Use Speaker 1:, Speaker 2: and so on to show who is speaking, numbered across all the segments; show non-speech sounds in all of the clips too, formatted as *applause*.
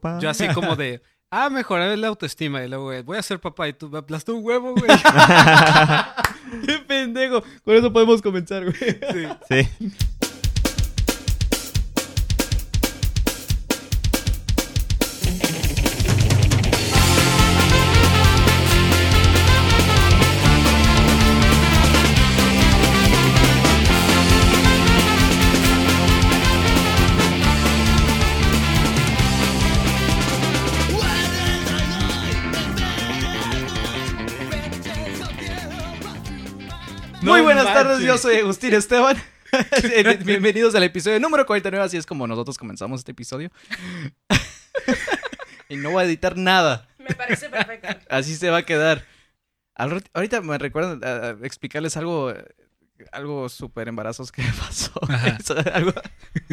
Speaker 1: papá.
Speaker 2: Yo así como de, ah, mejorar la autoestima. Y luego, güey, voy a ser papá. Y tú me aplastó un huevo, *laughs* güey.
Speaker 1: ¡Qué pendejo! Con eso podemos comenzar, güey.
Speaker 2: Sí.
Speaker 1: Sí. Muy
Speaker 2: No
Speaker 1: buenas
Speaker 2: manches.
Speaker 1: tardes, yo soy Agustín Esteban. *laughs* Bienvenidos al episodio número 49, así es como nosotros comenzamos este episodio. *laughs* y no voy a editar nada,
Speaker 3: Me parece perfecto.
Speaker 1: así se va a quedar. Al rat- ahorita me recuerdan a- a explicarles algo eh, algo súper embarazos que me pasó.
Speaker 2: Ajá.
Speaker 1: *laughs* Eso, algo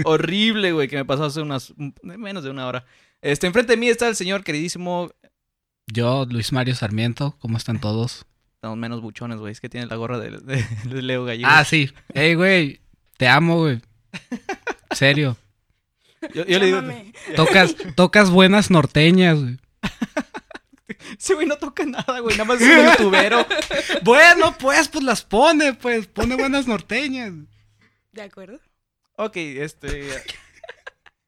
Speaker 1: horrible, güey, que me pasó hace unas un- menos de una hora. Este, enfrente de mí está el señor queridísimo,
Speaker 2: Yo, Luis Mario Sarmiento, ¿cómo están todos?
Speaker 1: no, menos buchones, güey, es que tiene la gorra de, de- de Leo Gallego.
Speaker 2: Ah, sí. Ey, güey, te amo, güey. Serio.
Speaker 1: *laughs* yo, yo le digo,
Speaker 3: Llámame.
Speaker 2: Tocas, tocas buenas norteñas, güey.
Speaker 1: ese güey no toca nada, güey, nada más es un
Speaker 2: *laughs*
Speaker 1: youtubero.
Speaker 2: Bueno, pues, pues las pone, pues. Pone buenas norteñas.
Speaker 3: ¿De acuerdo?
Speaker 1: Ok, este. ya-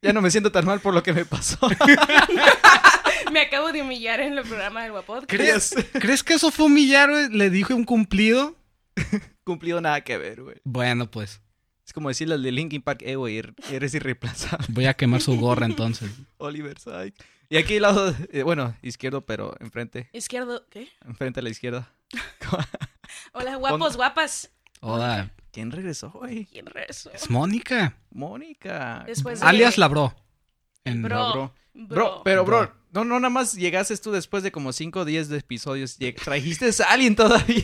Speaker 1: Ya no me siento tan mal por lo que me pasó. *laughs*
Speaker 3: Me acabo de humillar en el programa del Guapod.
Speaker 2: ¿Crees, ¿Crees que eso fue humillar, güey? ¿Le dije un cumplido?
Speaker 1: Cumplido nada que ver, güey.
Speaker 2: Bueno, pues.
Speaker 1: Es como decirle al de Linkin Park, eh, güey, er- eres irreemplazable. *laughs*
Speaker 2: Voy a quemar su gorra entonces.
Speaker 1: Oliver Sykes. Y aquí al lado, eh, bueno, izquierdo, pero enfrente,
Speaker 3: Izquierdo, ¿qué?
Speaker 1: enfrente a la izquierda.
Speaker 3: Hola, guapos,
Speaker 1: Pon-
Speaker 3: guapas.
Speaker 2: Hola.
Speaker 1: ¿Quién regresó, güey?
Speaker 3: ¿Quién rezó?
Speaker 2: Es Mónica.
Speaker 1: Mónica.
Speaker 3: Después de-
Speaker 2: Alias la bro. En-
Speaker 3: Bro.
Speaker 1: No, bro.
Speaker 3: Bro.
Speaker 1: Bro, pero bro,
Speaker 2: Bro.
Speaker 1: no, no, nada más llegaste tú después de como 5 o 10 de episodios. lleg- Trajiste a alguien todavía.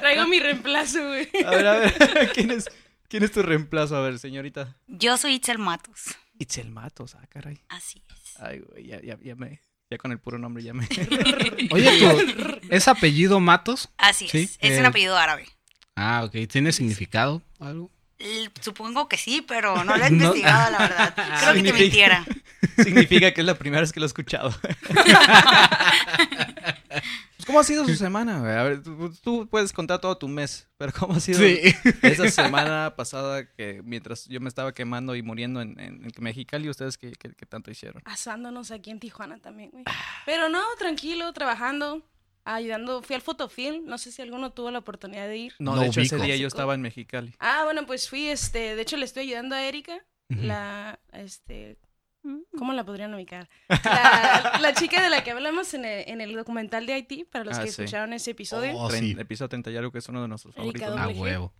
Speaker 3: Traigo mi reemplazo, güey.
Speaker 1: A ver, a ver, ¿quién es, quién es tu reemplazo? A ver, señorita.
Speaker 4: Yo soy Itzel Matos.
Speaker 1: Itzel Matos, ah, caray.
Speaker 4: Así es.
Speaker 1: Ay, güey, ya, ya, ya me. Ya con el puro nombre ya me. *laughs*
Speaker 2: *laughs* Oye, ¿tú, ¿es apellido Matos?
Speaker 4: Así
Speaker 2: Sí,
Speaker 4: es. Es
Speaker 2: eh.
Speaker 4: un apellido árabe.
Speaker 2: Ah, ok. ¿Tiene significado o algo?
Speaker 4: L- Supongo que sí, pero no lo
Speaker 2: *laughs*
Speaker 4: he
Speaker 2: No.
Speaker 4: investigado,
Speaker 2: *laughs*
Speaker 4: la verdad. Creo que te
Speaker 1: Significa-
Speaker 4: mintiera.
Speaker 1: Significa que es la primera vez que lo he escuchado.
Speaker 4: *laughs*
Speaker 1: Pues, ¿Cómo ha sido su semana? güey? A ver, tú, tú puedes contar todo tu mes, pero ¿cómo ha sido esa semana pasada que mientras yo me estaba quemando y muriendo en, en, en Mexicali, ustedes qué, qué- qué tanto hicieron?
Speaker 3: Asándonos aquí en Tijuana también, güey. Pero no, tranquilo, trabajando, ayudando. Fui al fotofilm. No sé si alguno tuvo la oportunidad de ir.
Speaker 1: No,
Speaker 2: No
Speaker 1: de hecho ese
Speaker 2: ubico.
Speaker 1: día yo estaba en Mexicali.
Speaker 3: Ah, bueno, pues fui, este, de hecho le estoy ayudando a Erika, la, este, ¿cómo la podrían ubicar? La, la chica de la que hablamos en el, en el documental de Haití, para los
Speaker 1: Ah,
Speaker 3: que
Speaker 1: sí.
Speaker 3: escucharon ese episodio.
Speaker 2: Oh, sí.
Speaker 1: Tren- Episodio 30 y algo que es uno de nuestros
Speaker 3: Erika
Speaker 1: favoritos.
Speaker 2: A
Speaker 3: Doble G.
Speaker 2: huevo.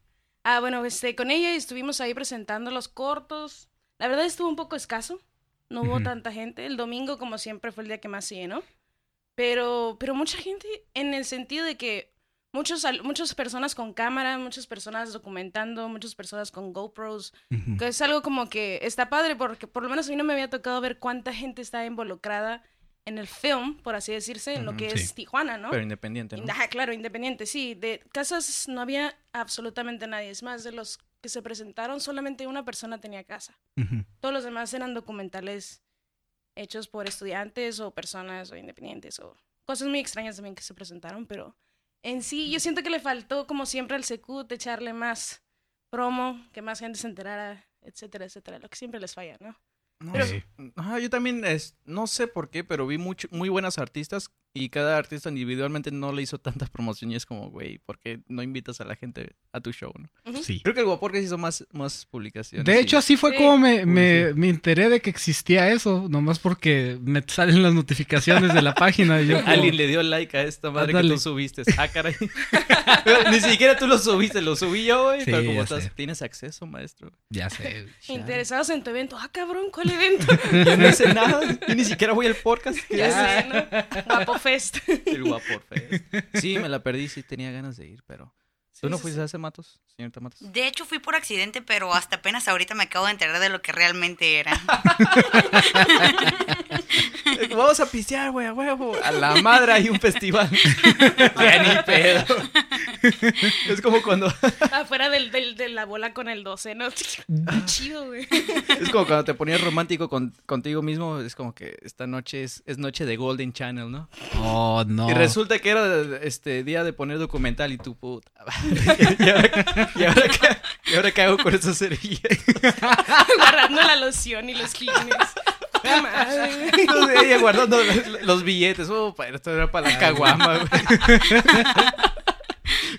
Speaker 3: Ah, bueno, este, con ella estuvimos ahí presentando los cortos. La verdad estuvo un poco escaso, no hubo
Speaker 2: Ujú.
Speaker 3: tanta gente. El domingo, como siempre, fue el día que más se llenó. Pero, pero mucha gente en el sentido de que muchos, al- muchas personas con cámara, muchas personas documentando, muchas personas con GoPros,
Speaker 2: Ujú.
Speaker 3: Que es algo como que está padre porque por lo menos a mí no me había tocado ver cuánta gente está involucrada en el film, por así decirse, en lo
Speaker 1: Ujú,
Speaker 3: que
Speaker 2: sí.
Speaker 3: es Tijuana, ¿no? Ah,
Speaker 1: Pero independiente, ¿no?
Speaker 3: Ajá, claro, independiente, sí. De casas no había absolutamente nadie. Es más, de los que se presentaron, solamente una persona tenía casa.
Speaker 2: Ujú.
Speaker 3: Todos los demás eran documentales hechos por estudiantes o personas o independientes o cosas muy extrañas también que se presentaron, pero en sí yo siento que le faltó como siempre al CQ de echarle más promo, que más gente se enterara, etcétera, etcétera, lo que siempre les falla, ¿no?
Speaker 1: No,
Speaker 2: Pero-
Speaker 1: sí. Ajá, yo también, es, no sé por qué, pero vi mucho, muy buenas artistas y cada artista individualmente no le hizo tantas promociones como, güey, ¿por qué no invitas a la gente a tu show? no?
Speaker 2: Sí.
Speaker 1: Creo que el Guaporques hizo más, más publicaciones.
Speaker 2: De
Speaker 1: sí.
Speaker 2: hecho, así fue
Speaker 3: Sí.
Speaker 2: como me,
Speaker 1: Uy,
Speaker 2: me, me enteré de que existía eso, nomás porque me salen las notificaciones de la
Speaker 1: *laughs*
Speaker 2: página. y yo como-
Speaker 1: *laughs* alguien le dio like a esta madre que
Speaker 2: Ándale.
Speaker 1: tú subiste. Ah, caray. *laughs* Pero Ni siquiera tú lo subiste, lo subí yo, güey.
Speaker 2: Sí,
Speaker 1: pero como
Speaker 2: ya
Speaker 1: estás,
Speaker 2: sé.
Speaker 1: tienes acceso, maestro.
Speaker 2: Ya sé.
Speaker 3: Interesados en tu evento, ah cabrón, ¿cuál evento? *laughs*
Speaker 1: Yo no hice nada. Yo ni siquiera voy al podcast. que
Speaker 3: ya
Speaker 1: *laughs* es
Speaker 3: sé, ¿no? Guapo Fest.
Speaker 1: El Guaporfest. Sí, me la perdí, sí tenía ganas de ir, pero. ¿Tú no
Speaker 3: Sí, sí,
Speaker 1: fuiste a ese Matos, señorita Matos?
Speaker 4: De hecho, fui por accidente, pero hasta apenas ahorita me acabo de enterar de lo que realmente era.
Speaker 1: *laughs*
Speaker 2: *laughs*
Speaker 1: Eh, Vamos *laughs* a pistear, güey, a huevo. A la madre hay un festival. ya ni pedo. Es como cuando
Speaker 3: Afuera del, del- de la bola con el 12, ¿no? Chido, güey. *laughs*
Speaker 1: es como cuando te ponías romántico con- contigo mismo, es como que esta noche es, es noche de Golden Channel, ¿no?
Speaker 2: Oh, no.
Speaker 1: Y resulta que era este día de poner documental y tu puta. madre. *laughs* ¿Y ahora, y ahora qué, y ahora qué hago con esa servilleta?
Speaker 3: Agarrando la loción y los clines.
Speaker 1: *laughs*
Speaker 3: Puta madre.
Speaker 1: Entonces, ella guardando los, los billetes. Oh, pa- esto era para la caguama, *laughs* güey.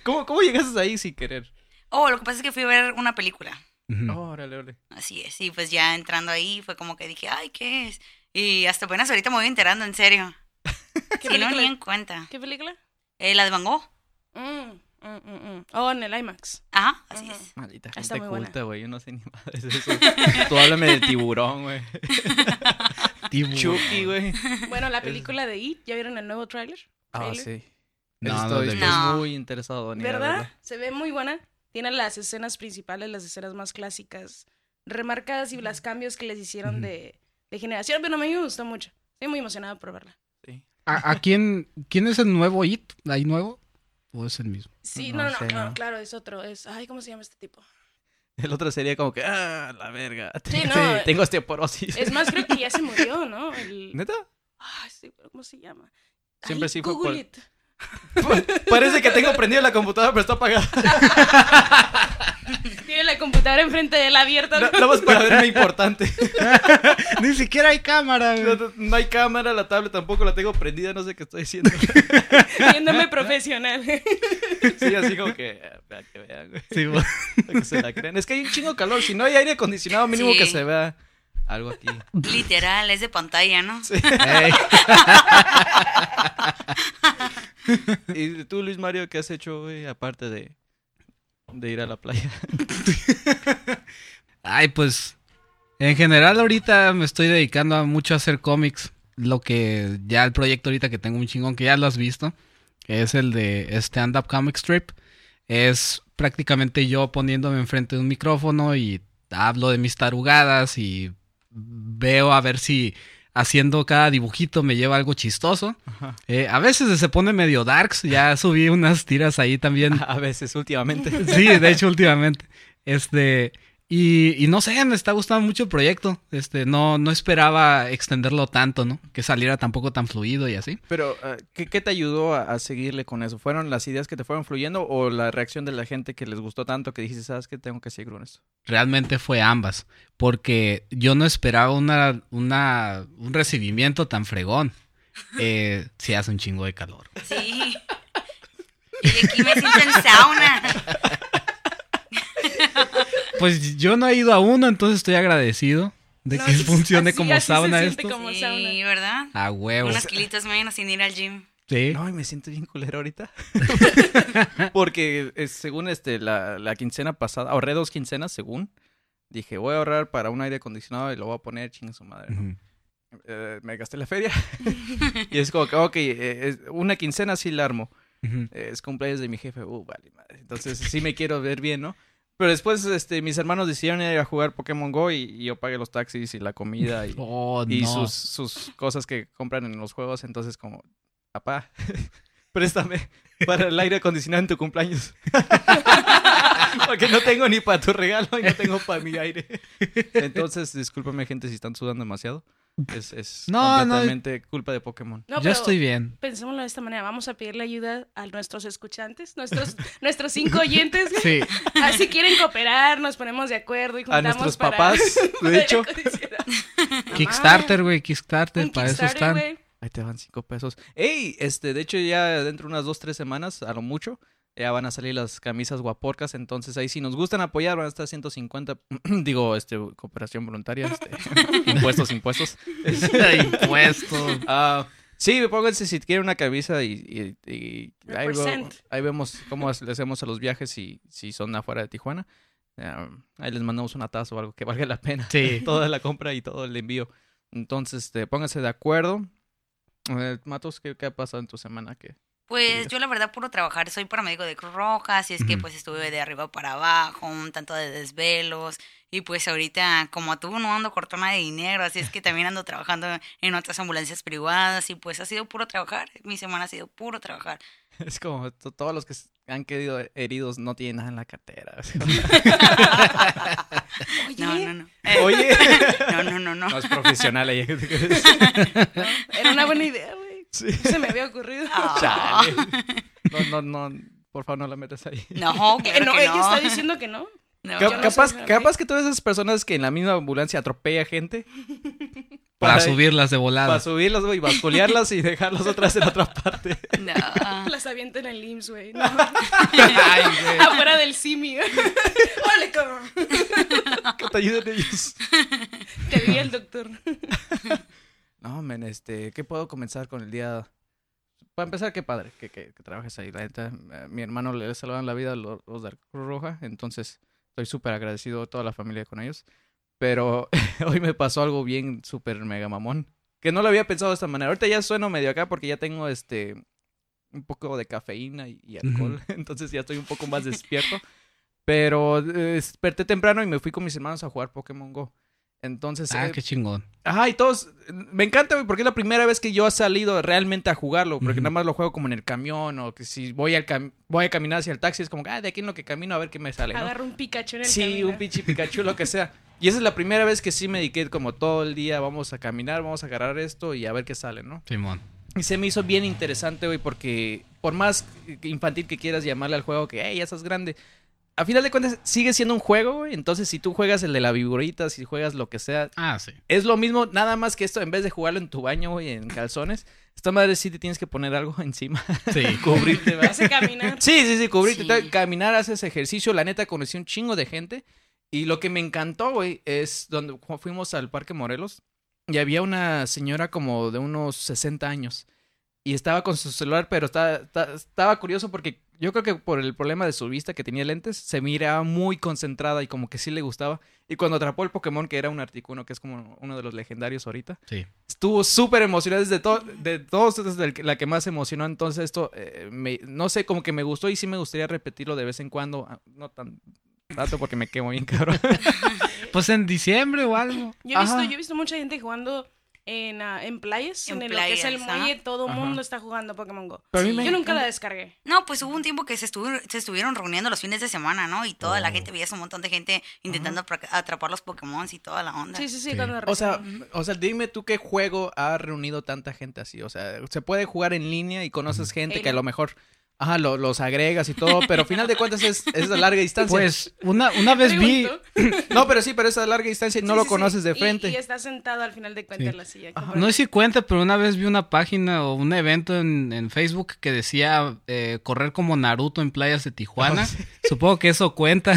Speaker 1: ¿Cómo, ¿Cómo llegaste ahí sin querer?
Speaker 4: Oh, lo que pasa es que fui a ver una película.
Speaker 2: Ujú.
Speaker 1: Órale, órale.
Speaker 4: Así es. Y pues ya entrando ahí fue como que dije, ay, ¿qué es? Y hasta apenas ahorita me voy enterando, en serio.
Speaker 3: *laughs* ¿Qué
Speaker 4: Si no, ni en
Speaker 3: película?
Speaker 4: cuenta.
Speaker 3: ¿Qué película?
Speaker 4: Eh, la de Van Gogh.
Speaker 3: Mm, mm, mm, mm. Oh, en el
Speaker 1: *laughs*
Speaker 3: IMAX.
Speaker 4: Ajá, así
Speaker 3: Ujú.
Speaker 4: es.
Speaker 1: Maldita
Speaker 3: Está
Speaker 1: gente
Speaker 3: muy buena.
Speaker 1: culta, güey. Yo no sé ni madre de eso. *laughs* Tú háblame del tiburón, güey.
Speaker 2: Tiburón.
Speaker 1: Chucky, güey.
Speaker 3: Bueno, la película de It, ¿ya vieron el nuevo tráiler?
Speaker 1: Ah,
Speaker 3: ¿Trailer?
Speaker 1: sí.
Speaker 2: No, no
Speaker 1: Estoy
Speaker 2: lo he
Speaker 1: estoy
Speaker 4: visto.
Speaker 1: muy interesado en ir a
Speaker 3: ¿Verdad?
Speaker 1: verla.
Speaker 3: Se ve muy buena. Tiene las escenas principales, las escenas más clásicas, remarcadas y los cambios que les hicieron
Speaker 2: Ujú.
Speaker 3: de, de generación, pero a mí me gustó mucho. Estoy muy emocionada por verla.
Speaker 1: Sí.
Speaker 2: ¿A, a quién, quién es el nuevo IT? ¿Hay nuevo? ¿O es el mismo?
Speaker 3: Sí,
Speaker 1: No
Speaker 3: no, no,
Speaker 1: sé,
Speaker 3: claro,
Speaker 1: no.
Speaker 3: claro, es otro. Es, ay, ¿cómo se llama este
Speaker 1: *laughs*
Speaker 3: tipo?
Speaker 1: El otro sería como que, ah, la verga. *laughs*
Speaker 3: Sí, no, eh,
Speaker 1: Sí, Tengo osteoporosis.
Speaker 3: Es más, creo que ya se murió, ¿no? El-
Speaker 1: *laughs* ¿Neta?
Speaker 3: Ay, sí, pero ¿cómo se llama?
Speaker 1: Siempre
Speaker 3: Ay,
Speaker 1: sí fue
Speaker 3: Google
Speaker 1: por-
Speaker 3: it.
Speaker 1: Parece que tengo prendida la computadora, pero está apagada.
Speaker 3: Tiene la computadora enfrente de él abierta. *laughs* ¿no?
Speaker 1: Na- Nada más para verme importante.
Speaker 2: *laughs* Ni siquiera hay cámara.
Speaker 1: No,
Speaker 2: güey.
Speaker 1: no- no hay cámara, la tablet tampoco la tengo prendida, no sé qué estoy haciendo.
Speaker 3: *laughs*
Speaker 1: *laughs*
Speaker 3: Viéndome profesional.
Speaker 1: Sí, así como que. eh, Para que vean, güey.
Speaker 2: Sí, güey.
Speaker 1: Para que se la crean. Es que hay un chingo de calor. Si no hay aire acondicionado, mínimo
Speaker 4: Sí.
Speaker 1: que se vea algo aquí.
Speaker 4: Literal, es de
Speaker 3: *laughs*
Speaker 4: pantalla,
Speaker 1: *laughs*
Speaker 4: ¿no?
Speaker 1: Sí.
Speaker 2: Ey.
Speaker 1: ¿Y tú, Luis Mario, qué has hecho, güey, aparte de, de ir a la playa? *laughs*
Speaker 2: Ay, pues. En general, ahorita me estoy dedicando a mucho a hacer cómics. Lo que ya el proyecto ahorita que tengo un chingón, que ya lo has visto, que es el de Stand Up Comic Strip. Es prácticamente yo poniéndome enfrente de un micrófono y hablo de mis tarugadas y veo a ver si haciendo cada dibujito me lleva algo chistoso.
Speaker 1: Ajá.
Speaker 2: Eh, a veces se pone medio darks, ya subí unas tiras ahí también
Speaker 1: A veces, últimamente.
Speaker 2: Sí, de hecho, últimamente. Este. Y, y no sé, me está gustando mucho el proyecto. Este, no, no esperaba extenderlo tanto, ¿no? Que saliera tampoco tan fluido y así.
Speaker 1: Pero, eh, ¿qué, qué te ayudó a, a seguirle con eso? ¿Fueron las ideas que te fueron fluyendo o la reacción de la gente que les gustó tanto que dijiste, sabes que tengo que seguir con esto?
Speaker 2: Realmente fue ambas. Porque yo no esperaba una, una, un recibimiento tan fregón. Eh, sí hace un chingo de calor.
Speaker 4: Sí. Y aquí me siento en sauna.
Speaker 2: Pues yo no he ido a uno, entonces estoy agradecido de
Speaker 3: No,
Speaker 2: que
Speaker 3: sí,
Speaker 2: funcione
Speaker 3: así-
Speaker 2: como
Speaker 3: así se
Speaker 2: sauna
Speaker 3: siente
Speaker 2: esto.
Speaker 3: como sauna.
Speaker 4: Sí, ¿verdad?
Speaker 2: A huevo.
Speaker 4: Unos kilitos menos sin ir al gym.
Speaker 2: Sí.
Speaker 1: No, y me siento bien culero ahorita. *laughs* Porque eh, según este, la, la quincena pasada, ahorré dos quincenas, según. Dije, voy a ahorrar para un aire acondicionado y lo voy a poner, chinga su madre. ¿no?
Speaker 2: Ujú.
Speaker 1: Eh, me gasté la feria. *laughs* y es como que, ok, eh, es- una quincena sí la armo.
Speaker 2: Ujú.
Speaker 1: Eh, es cumpleaños de mi jefe, uh, vale, madre. Entonces sí me quiero ver bien, ¿no? Pero después este, mis hermanos decidieron ir a jugar Pokémon Go y, y yo pagué los taxis y la comida
Speaker 2: *laughs*
Speaker 1: y,
Speaker 2: Oh,
Speaker 1: y
Speaker 2: no.
Speaker 1: sus, sus cosas que compran en los juegos. Entonces, como, papá, *laughs* préstame para el aire acondicionado en tu cumpleaños. *laughs* Porque no tengo ni para tu regalo y no tengo para mi aire. Entonces, discúlpame, gente, si están sudando demasiado. Es, es
Speaker 2: No, no.
Speaker 1: completamente culpa de Pokémon.
Speaker 3: *laughs* No,
Speaker 2: Yo
Speaker 3: pero
Speaker 2: estoy bien.
Speaker 3: Pensémoslo de esta manera. Vamos a pedirle ayuda a nuestros escuchantes, nuestros, *laughs* nuestros cinco oyentes.
Speaker 2: Sí.
Speaker 3: *laughs* Ah, si quieren cooperar, nos ponemos de acuerdo y
Speaker 1: A
Speaker 3: juntamos
Speaker 1: nuestros
Speaker 3: para-
Speaker 1: papás,
Speaker 3: *laughs*
Speaker 1: de hecho.
Speaker 3: Mamá,
Speaker 2: Kickstarter, güey, Kickstarter,
Speaker 3: Ah,
Speaker 2: *laughs*
Speaker 3: un
Speaker 2: para eso
Speaker 3: Kickstarter,
Speaker 2: están.
Speaker 3: güey.
Speaker 1: Ahí te van cinco pesos. ¡Ey! Este, de hecho, ya dentro de unas dos, tres semanas, a lo mucho, ya van a salir las camisas guaporcas. Entonces, ahí si nos gustan apoyar, van a estar 150. *clears throat* digo, este, cooperación voluntaria. este, *laughs* impuestos, impuestos.
Speaker 2: *laughs*
Speaker 1: *laughs*
Speaker 2: impuestos.
Speaker 1: Ah, sí, pónganse si quieren una camisa y, y- y ahí, veo-
Speaker 3: Represent.
Speaker 1: ahí vemos cómo le hacemos a los viajes y si son afuera de Tijuana. Ah, ahí les mandamos una taza o algo que valga la pena
Speaker 2: Sí.
Speaker 1: *laughs* toda la compra y todo el envío. Entonces, este, pónganse de acuerdo. Eh, Matos, ¿qué, qué ha pasado en tu semana? *laughs* ¿Qué?
Speaker 4: Pues yo la verdad puro trabajar, soy paramédico de Cruz Roja, así es que
Speaker 2: Ujú.
Speaker 4: pues estuve de arriba para abajo, un tanto de desvelos y pues ahorita como tú no ando cortona de dinero, así es que también ando trabajando en otras ambulancias privadas y pues ha sido puro trabajar, mi semana ha sido puro trabajar.
Speaker 1: Es como to- todos los que s- han quedado heridos no tienen nada en la *laughs* cartera.
Speaker 3: Oye,
Speaker 4: No, no, no. Eh,
Speaker 1: *laughs* Oye,
Speaker 4: *laughs* No, no, no, no.
Speaker 1: no es profesional ahí.
Speaker 3: era una buena idea, güey.
Speaker 1: *laughs* Sí.
Speaker 3: No Se me había ocurrido. *laughs*
Speaker 4: Ah.
Speaker 1: *laughs* Chale. *laughs* No, no, no, por favor no la metas ahí.
Speaker 4: No,
Speaker 3: Eh,
Speaker 4: claro
Speaker 3: no,
Speaker 4: que
Speaker 3: ella
Speaker 4: no.
Speaker 3: está diciendo que no.
Speaker 4: No,
Speaker 1: Cap-
Speaker 3: yo no
Speaker 1: capaz,
Speaker 3: soy una
Speaker 1: capaz que todas esas personas que en la misma ambulancia atropella gente
Speaker 2: Para subirlas de volada.
Speaker 1: Para
Speaker 2: *laughs*
Speaker 1: subirlas, güey, basculearlas y dejarlas otras en otra *laughs* parte.
Speaker 4: no.
Speaker 3: Las avientan en el IMSS, güey. No. *laughs* Afuera del simio. *laughs* Órale, cabrón.
Speaker 1: Que te ayuden ellos.
Speaker 3: Te vi el doctor.
Speaker 1: No, men, este, ¿qué puedo comenzar con el día? Para empezar, qué padre que, que- que trabajes ahí. La neta, eh, mi hermano le salvaron la vida a lo- los de la Cruz Roja, entonces estoy súper agradecido a toda la familia con ellos. Pero *laughs* hoy me pasó algo bien súper mega mamón, que no lo había pensado de esta manera. Ahorita ya sueno medio acá porque ya tengo este un poco de cafeína y, y alcohol, *laughs* entonces ya estoy un poco más despierto. Pero eh, desperté temprano y me fui con mis hermanos a jugar Pokémon Go. Entonces,
Speaker 3: pues,
Speaker 2: Ah,
Speaker 1: eh,
Speaker 2: qué chingón.
Speaker 1: Ajá, y todos. Me encanta, güey, porque es la primera vez que yo he salido realmente a jugarlo. Porque
Speaker 2: Ujú.
Speaker 1: nada más lo juego como en el camión o que si voy, al cam- voy a caminar hacia el taxi, es como que, ah, de aquí en lo que camino a ver qué me sale, ¿no?
Speaker 3: Agarra un Pikachu en el
Speaker 1: Sí,
Speaker 3: camino.
Speaker 1: un pinche Pikachu, lo que sea. Y esa es la primera vez que sí me dediqué como todo el día, vamos a caminar, vamos a agarrar esto y a ver qué sale, ¿no?
Speaker 2: Simón.
Speaker 1: Y se me hizo bien interesante, güey, porque por más infantil que quieras llamarle al juego, que, hey, ya estás grande. A final de cuentas, sigue siendo un juego, güey. Entonces, si tú juegas el de la viborita, si juegas lo que sea,
Speaker 2: Ah, sí.
Speaker 1: es lo mismo, nada más que esto, en vez de jugarlo en tu baño, güey, en calzones, esta madre sí te tienes que poner algo *laughs* encima,
Speaker 2: *laughs* Sí.
Speaker 1: *laughs* cubrirte,
Speaker 3: Te
Speaker 1: ¿verdad?
Speaker 3: hace caminar.
Speaker 1: Sí, sí, sí, cubrirte,
Speaker 4: Sí.
Speaker 1: tal, caminar, haces ejercicio, la neta, conocí un chingo de gente. Y lo que me encantó, güey, es donde fu- fuimos al Parque Morelos y había una señora como de unos 60 años y estaba con su celular, pero estaba, esta- estaba curioso porque yo creo que por el problema de su vista que tenía lentes, se miraba muy concentrada y como que sí le gustaba. Y cuando atrapó el Pokémon, que era un Articuno, que es como uno de los legendarios ahorita,
Speaker 2: Sí.
Speaker 1: estuvo súper emocionada desde todo, de todos, desde el que- la que más se emocionó. Entonces esto, eh, me- no sé, como que me gustó y sí me gustaría repetirlo de vez en cuando, ah, no tan tanto porque me quemo bien, *laughs* cabrón.
Speaker 2: Pues en diciembre o algo.
Speaker 3: Yo he, visto,
Speaker 1: Ajá.
Speaker 3: yo he visto mucha gente jugando en, ah, en playas. En,
Speaker 4: En
Speaker 3: el- lo que es el
Speaker 4: playas, ajá.
Speaker 3: muelle, todo el
Speaker 1: Ajá.
Speaker 3: mundo está jugando Pokémon Go.
Speaker 1: Pero a mí
Speaker 4: Sí,
Speaker 1: me
Speaker 3: Yo nunca la descargué.
Speaker 4: No, pues hubo un tiempo que se, estuvi- se estuvieron reuniendo los fines de semana, ¿no? Y toda la gente, veías un montón de gente intentando apra- atrapar los Pokémon y toda la onda.
Speaker 3: Sí, sí, sí,
Speaker 2: Sí.
Speaker 3: cuando
Speaker 1: O sea,
Speaker 3: recién-
Speaker 1: o sea, dime tú qué juego ha reunido tanta gente así. O sea, se puede jugar en línea y conoces gente que a lo mejor, ajá, lo- los agregas y todo, pero al final de cuentas es, es a *laughs* larga distancia.
Speaker 2: Pues una, una vez vi.
Speaker 3: Pregunto.
Speaker 1: no, pero sí, pero es a larga distancia y no
Speaker 3: Sí,
Speaker 1: lo
Speaker 3: sí, sí.
Speaker 1: conoces de
Speaker 3: Y-
Speaker 1: frente.
Speaker 3: Y, está sentado al final de cuentas
Speaker 2: Sí.
Speaker 3: en la silla.
Speaker 2: No sé si cuenta, pero una vez vi una página o un evento en, en Facebook que decía eh, correr como Naruto en playas de *laughs* Tijuana. Supongo que eso
Speaker 3: *laughs*
Speaker 2: cuenta.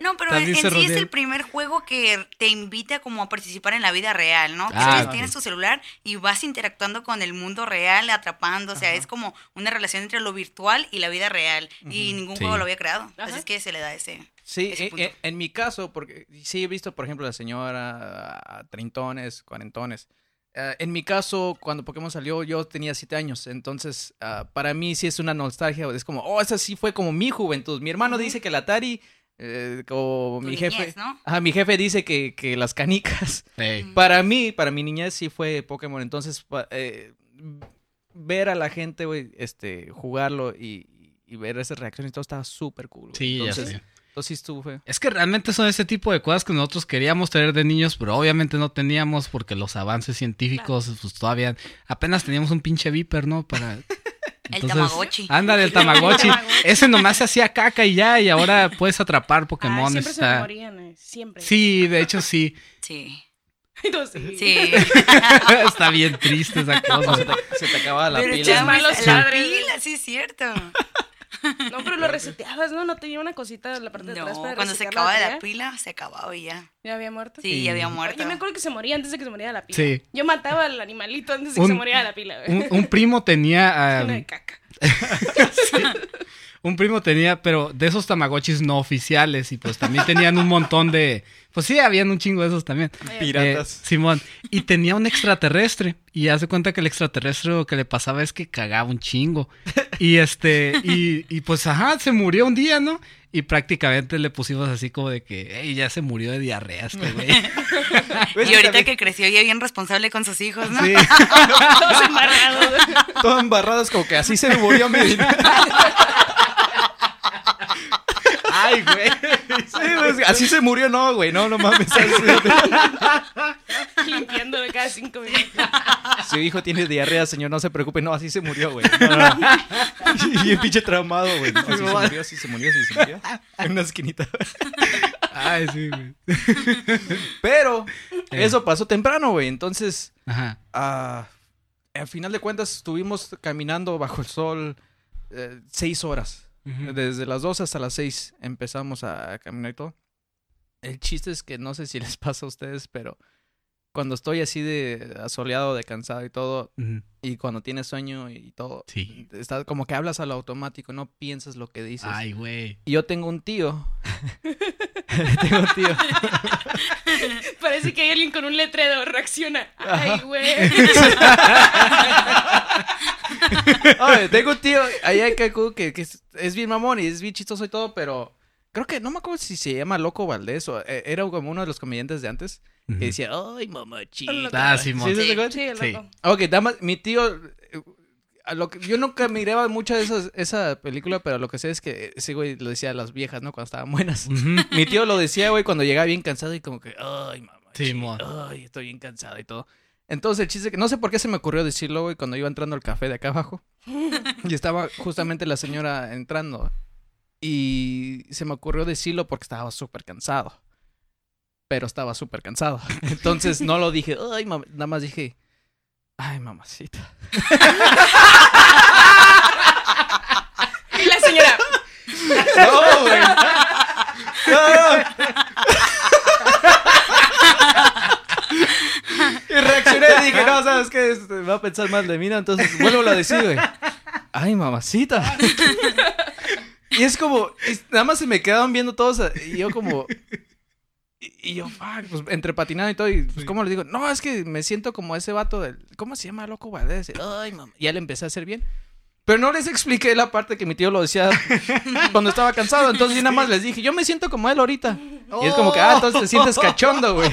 Speaker 4: No, pero en,
Speaker 2: También
Speaker 4: en
Speaker 2: se
Speaker 4: sí es
Speaker 2: rodean.
Speaker 4: el primer juego que te invita como a participar en la vida real, ¿no? Que
Speaker 2: Ah,
Speaker 4: tienes-
Speaker 2: ok.
Speaker 4: tienes tu celular y vas interactuando con el mundo real, atrapando, o sea, es como una relación entre lo virtual y la vida real. Y ningún
Speaker 2: Sí.
Speaker 4: juego lo había creado. Así
Speaker 3: Ajá.
Speaker 4: es que se le da ese...
Speaker 1: Sí,
Speaker 4: ese
Speaker 1: e-
Speaker 4: punto.
Speaker 1: e- en, mi caso, porque sí he visto, por ejemplo, la señora a treintones, cuarentones. Eh, en mi caso, cuando Pokémon salió, yo tenía siete años. Entonces, ah, para mí sí es una nostalgia. Es como, oh, esa sí fue como mi juventud. Mi hermano dice que el Atari, eh, o
Speaker 4: Tu
Speaker 1: mi jefe.
Speaker 4: niñez, ¿no?
Speaker 1: Ajá, mi jefe dice que, que las
Speaker 4: *laughs*
Speaker 1: canicas.
Speaker 2: Ey.
Speaker 1: Para mí, para mi niñez sí fue Pokémon. Entonces, pa- eh, ver a la gente, güey, este, jugarlo y, y ver esas reacciones y todo estaba súper cool. güey.
Speaker 2: Sí, ya
Speaker 1: entonces,
Speaker 2: sé.
Speaker 1: Entonces sí estuvo *laughs* feo.
Speaker 2: Es que realmente son ese tipo de cosas que nosotros queríamos tener de niños, pero obviamente no teníamos porque los avances científicos, pues todavía apenas teníamos un pinche viper, ¿no? Para.
Speaker 4: Tamagotchi.
Speaker 2: Ándale, el Tamagotchi. ese nomás se hacía caca y ya, y ahora puedes atrapar
Speaker 3: Pokémon
Speaker 2: Pokémon.
Speaker 3: siempre se me
Speaker 2: está...
Speaker 3: morían, eh, siempre. *laughs*
Speaker 2: Sí, de hecho sí.
Speaker 4: Sí.
Speaker 3: No, sí.
Speaker 4: Sí.
Speaker 2: está bien triste esa cosa.
Speaker 1: *laughs* Se te acababa la
Speaker 4: Pero
Speaker 1: pila.
Speaker 4: echamos
Speaker 3: Chama-
Speaker 4: la
Speaker 3: Sí.
Speaker 4: pila, sí, es cierto.
Speaker 3: No, pero lo reseteabas, ¿no? No tenía una cosita en la parte de atrás
Speaker 4: No,
Speaker 3: para
Speaker 4: cuando se
Speaker 3: resetear
Speaker 4: acababa la
Speaker 3: batería.
Speaker 4: pila, se acababa y ya.
Speaker 3: Ya había muerto.
Speaker 4: Sí, ya había
Speaker 2: Sí.
Speaker 4: muerto.
Speaker 3: Yo me acuerdo que se moría antes de que se muriera la pila.
Speaker 2: Sí.
Speaker 3: Yo mataba al animalito antes de que
Speaker 2: Un-
Speaker 3: se muriera la pila, güey.
Speaker 2: Un, un primo tenía.
Speaker 3: Una
Speaker 2: um,
Speaker 3: de caca.
Speaker 2: un primo tenía, pero de esos tamagotchis no oficiales. Y pues también tenían un montón de. Pues sí, habían un chingo de esos también. Eh, Simón. Y tenía un extraterrestre. Y hace cuenta que el extraterrestre lo que le pasaba es que cagaba un chingo. Y este, y, y pues ajá, se murió un día, ¿no? Y prácticamente le pusimos así como de que, "Ey, ya se murió de diarrea
Speaker 1: *laughs*
Speaker 2: este güey.
Speaker 1: ¿Ves?
Speaker 4: Y ahorita
Speaker 1: También
Speaker 4: que creció ya bien responsable con sus hijos, ¿no?
Speaker 2: Sí.
Speaker 3: Todos embarrados. *laughs*
Speaker 1: Todo embarrado, es como que así se me murió mi dinero. *laughs* Ay, güey. Sí, pues, así se murió, no, güey. No, no mames.
Speaker 3: Limpiándolo cada cinco minutos.
Speaker 1: *laughs* Su hijo tiene diarrea, señor, no se preocupe. No, así se murió, güey. No, no. Y el pinche traumado, güey. No, así se murió, así se murió, así se murió. En una esquinita.
Speaker 2: Ay, sí, güey.
Speaker 1: Pero eso pasó temprano, güey. Entonces,
Speaker 2: Ajá.
Speaker 1: ah, al final de cuentas, estuvimos caminando bajo el sol eh, seis horas.
Speaker 2: Ujú.
Speaker 1: Desde las 2 hasta las 6 empezamos a caminar y todo. El chiste es que no sé si les *laughs* pasa a ustedes, pero cuando estoy así de asoleado, de cansado y todo,
Speaker 2: Ujú.
Speaker 1: y cuando tienes sueño y todo,
Speaker 2: Sí.
Speaker 1: está como que hablas al automático, no piensas lo que dices.
Speaker 2: Ay, güey.
Speaker 1: Y yo tengo un
Speaker 2: *laughs*
Speaker 1: tío. tengo un tío.
Speaker 3: Parece que hay alguien con un letrero. Reacciona. Ay, güey.
Speaker 1: Oye, tengo un tío allá en Cancún que, que es, es bien mamón y es bien chistoso y todo, pero creo que no me acuerdo si se llama Loco Valdés o eh, era como uno de los comediantes de antes. Que decía, ay, mamachita.
Speaker 2: Ah, Simón.
Speaker 1: ¿Sí, se te acuerdas?
Speaker 3: Sí, el
Speaker 2: Sí.
Speaker 3: loco.
Speaker 1: Ok, nada más, mi tío... eh, a lo que- yo nunca miraba mucho de esas, esa película, pero lo que sé es que ese güey lo decía a las viejas, ¿no? Cuando estaban buenas. *laughs*
Speaker 2: Ujú.
Speaker 1: Mi tío lo decía, güey, cuando llegaba bien cansado y como que, ay, mamá.
Speaker 2: Simón.
Speaker 1: Ay, estoy bien cansado y todo. Entonces el chiste que no sé por qué se me ocurrió decirlo, güey, cuando iba entrando al café de acá abajo. Y estaba justamente la señora entrando. Y se me ocurrió decirlo porque estaba súper cansado. Pero estaba súper cansado. *laughs* Entonces no lo dije, ay, mamá. Nada más dije, ay, mamacita.
Speaker 3: Y la señora.
Speaker 1: No, güey. No, no. Y reaccioné y dije, no, ¿sabes qué? Este, Va a pensar mal de mí, ¿no? Entonces vuelvo a decir, güey. Ay, *laughs* mamacita. Y es como, y nada más se me quedaban viendo todos a- y yo como... Y y yo, fuck, pues entre patinado y todo, y pues, ¿cómo le digo? No, es que me siento como ese vato del... ¿Cómo se llama, loco? Valdés? Ay, mamá. Ya le empecé a hacer bien. Pero no les expliqué la parte que mi tío lo *laughs* decía cuando estaba cansado. Entonces yo nada más les dije, yo me siento como él ahorita. Y es como que, ah, entonces te *laughs* sientes cachondo, güey.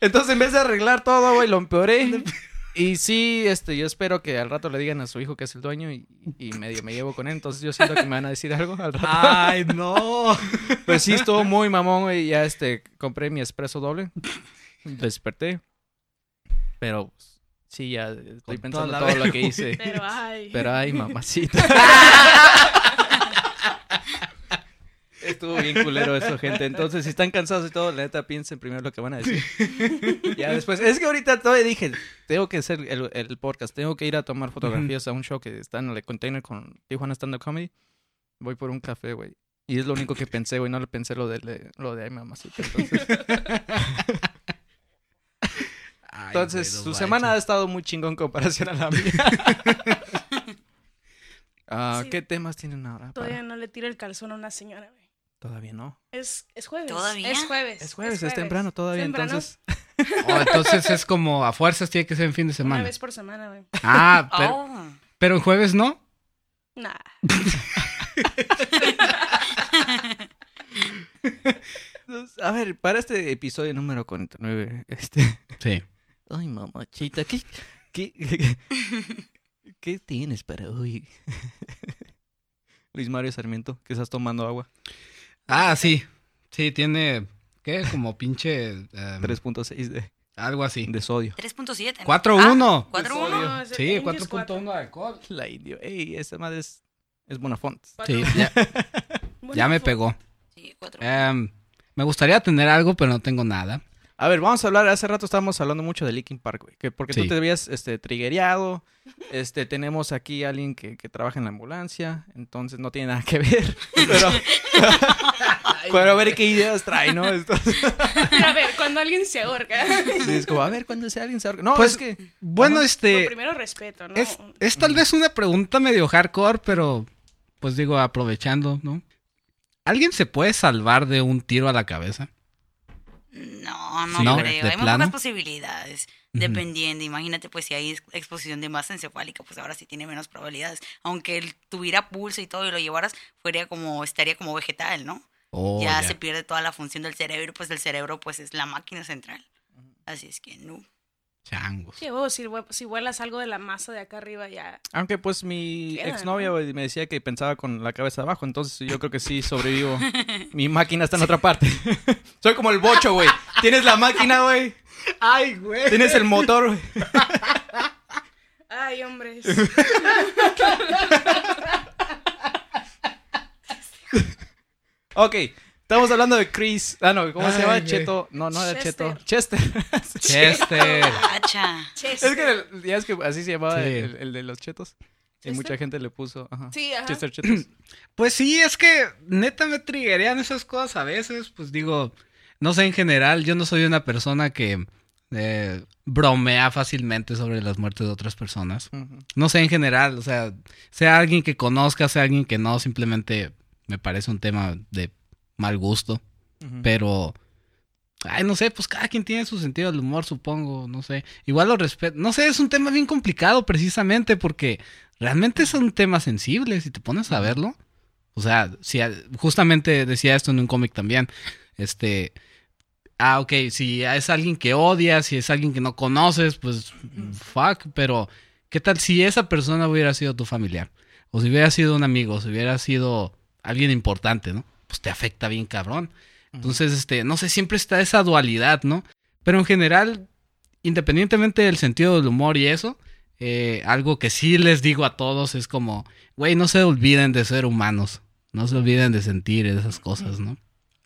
Speaker 1: Entonces en vez de arreglar todo, güey, lo empeoré. Y sí, este, yo espero que al rato le digan a su hijo que es el dueño y, y medio me llevo con él. Entonces yo siento que me van a decir algo al rato.
Speaker 2: Ay, no.
Speaker 1: *laughs* Pues sí, estuvo muy mamón, güey. Ya este, compré mi espresso doble. Desperté. Pero pues, sí, ya estoy
Speaker 2: Con
Speaker 1: pensando
Speaker 2: toda la
Speaker 1: todo lo
Speaker 2: verga,
Speaker 1: que hice.
Speaker 3: Pero ay.
Speaker 1: Pero ay, mamacita. *laughs* Estuvo bien culero eso, gente. Entonces, si están cansados y todo, la neta, piensen primero lo que van a decir. ya después. Es que ahorita todavía dije, tengo que hacer el, el podcast, tengo que ir a tomar fotografías a un show que está en el container con Tijuana Stand Up Comedy. Voy por un café, güey. Y es lo único que pensé, güey. No le pensé lo de, lo de ay, mamacita. Entonces, entonces su semana ha estado muy chingón en comparación a la mía. Ah,
Speaker 3: Sí.
Speaker 1: ¿Qué temas tienen ahora? para-
Speaker 3: Todavía no le tiro el calzón a una señora, güey.
Speaker 1: Todavía no.
Speaker 3: Es, es jueves.
Speaker 4: ¿Todavía?
Speaker 3: Es jueves.
Speaker 1: Es jueves, es, temprano todavía,
Speaker 3: Temprano,
Speaker 1: entonces. *laughs*
Speaker 2: Oh, entonces es como a fuerzas tiene que ser en fin de
Speaker 3: Una
Speaker 2: semana.
Speaker 3: vez por semana, güey. *laughs*
Speaker 2: Ah, pero,
Speaker 4: Oh.
Speaker 2: pero en jueves no.
Speaker 3: Nah.
Speaker 1: Entonces, A ver, para este episodio número 49, este... *laughs*
Speaker 2: Sí.
Speaker 1: Ay, mamachita, ¿qué, qué, qué, *laughs* qué tienes para hoy? *laughs* Luis Mario Sarmiento, que estás tomando agua.
Speaker 2: Ah, sí. Sí, tiene, ¿qué? Como pinche... eh,
Speaker 1: 3.6 de,
Speaker 2: algo así.
Speaker 1: de sodio. *laughs*
Speaker 4: 3.7.
Speaker 2: 4-1.
Speaker 4: ¿no? Ah, 4-1.
Speaker 3: No, es-
Speaker 2: sí,
Speaker 3: Angie's
Speaker 2: 4.1 de alcohol.
Speaker 1: La indio. Ey, esa madre es, es Bonafont.
Speaker 3: cuatro.
Speaker 2: Sí, ya,
Speaker 3: Bueno,
Speaker 2: ya me
Speaker 3: fue-
Speaker 2: pegó.
Speaker 4: Sí, 4-1.
Speaker 2: Em, me gustaría tener algo, pero no tengo nada.
Speaker 1: A ver, vamos a hablar. Hace rato estábamos hablando mucho de Linkin Park, güey. que Porque tú
Speaker 2: Sí.
Speaker 1: te habías este, triguereado. Este, tenemos aquí a alguien que, que trabaja en la ambulancia. Entonces no tiene nada que ver. *laughs* Pero, pero a ver qué ideas trae, ¿no? *laughs* Entonces,
Speaker 3: Pero a ver, cuando alguien
Speaker 1: *laughs*
Speaker 3: se ahorca.
Speaker 1: sí, es como, a ver cuando sea alguien se ahorca. No,
Speaker 2: Pues,
Speaker 1: es que.
Speaker 2: Bueno,
Speaker 3: Lo
Speaker 2: este...
Speaker 3: primero respeto, ¿no?
Speaker 2: Es, es tal vez una pregunta medio hardcore, pero pues digo, aprovechando, ¿no? ¿Alguien se puede salvar de un tiro a la cabeza?
Speaker 4: No, no,
Speaker 2: Sí, ¿no?
Speaker 4: creo.
Speaker 2: ¿De
Speaker 4: Hay muy
Speaker 2: plano?
Speaker 4: pocas posibilidades. Dependiendo, imagínate, pues si hay ex- exposición de masa encefálica, pues ahora sí tiene menos probabilidades. Aunque él tuviera pulso y todo y lo llevaras, fuera como, estaría como vegetal, ¿no?
Speaker 2: Oh,
Speaker 4: ya,
Speaker 2: ya.
Speaker 4: se pierde toda la función del cerebro, y pues el cerebro pues es la máquina central. Así es que no.
Speaker 2: Changos.
Speaker 3: Sí, oh, si, hue- si vuelas algo de la masa de acá arriba ya.
Speaker 1: Aunque pues mi
Speaker 3: Queda,
Speaker 1: exnovia güey, me decía que pensaba con la cabeza abajo, entonces yo creo que sí
Speaker 3: *laughs*
Speaker 1: sobrevivo. Mi máquina está en otra parte. *laughs* Soy como el bocho, güey. Tienes la máquina, güey.
Speaker 2: Ay, güey.
Speaker 1: Tienes el motor, güey. *laughs*
Speaker 3: Ay, hombres.
Speaker 1: Ok, estamos hablando de Chris. Ah, no, ¿cómo se
Speaker 2: Ay,
Speaker 1: llama?
Speaker 2: güey.
Speaker 1: Cheto. No, no era
Speaker 3: Chester.
Speaker 1: Cheto. Chester.
Speaker 2: Chester.
Speaker 4: Cacha.
Speaker 3: Chester.
Speaker 1: es que el- ya es que así se llamaba
Speaker 2: Sí.
Speaker 1: el, el de los chetos. Y
Speaker 3: ¿Chester?
Speaker 1: mucha gente le puso. ajá,
Speaker 3: Sí, ajá.
Speaker 1: Chester *clears throat* Chetos.
Speaker 2: Pues sí, es que neta me triggerían esas cosas a veces. Pues digo, no sé, en general, yo no soy una persona que eh, bromea fácilmente sobre las muertes de otras personas.
Speaker 1: Ujú.
Speaker 2: No sé, en general, o sea, sea alguien que conozca, sea alguien que no, simplemente me parece un tema de mal gusto.
Speaker 1: Ujú.
Speaker 2: Pero, ay, no sé, pues cada quien tiene su sentido del humor, supongo, no sé. Igual lo respeto, no sé, es un tema bien complicado precisamente porque realmente es un tema sensible, si te pones a verlo. O sea, si a- justamente decía esto en un cómic también, este... Ah, ok, si es alguien que odias, si es alguien que no conoces, pues fuck, pero ¿qué tal si esa persona hubiera sido tu familiar? O si hubiera sido un amigo, o si hubiera sido alguien importante, ¿no? Pues te afecta bien cabrón. Entonces, este, no sé, siempre está esa dualidad, ¿no? Pero en general, independientemente del sentido del humor y eso, eh, algo que sí les digo a todos es como, güey, no se olviden de ser humanos, no se olviden de sentir esas cosas, ¿no?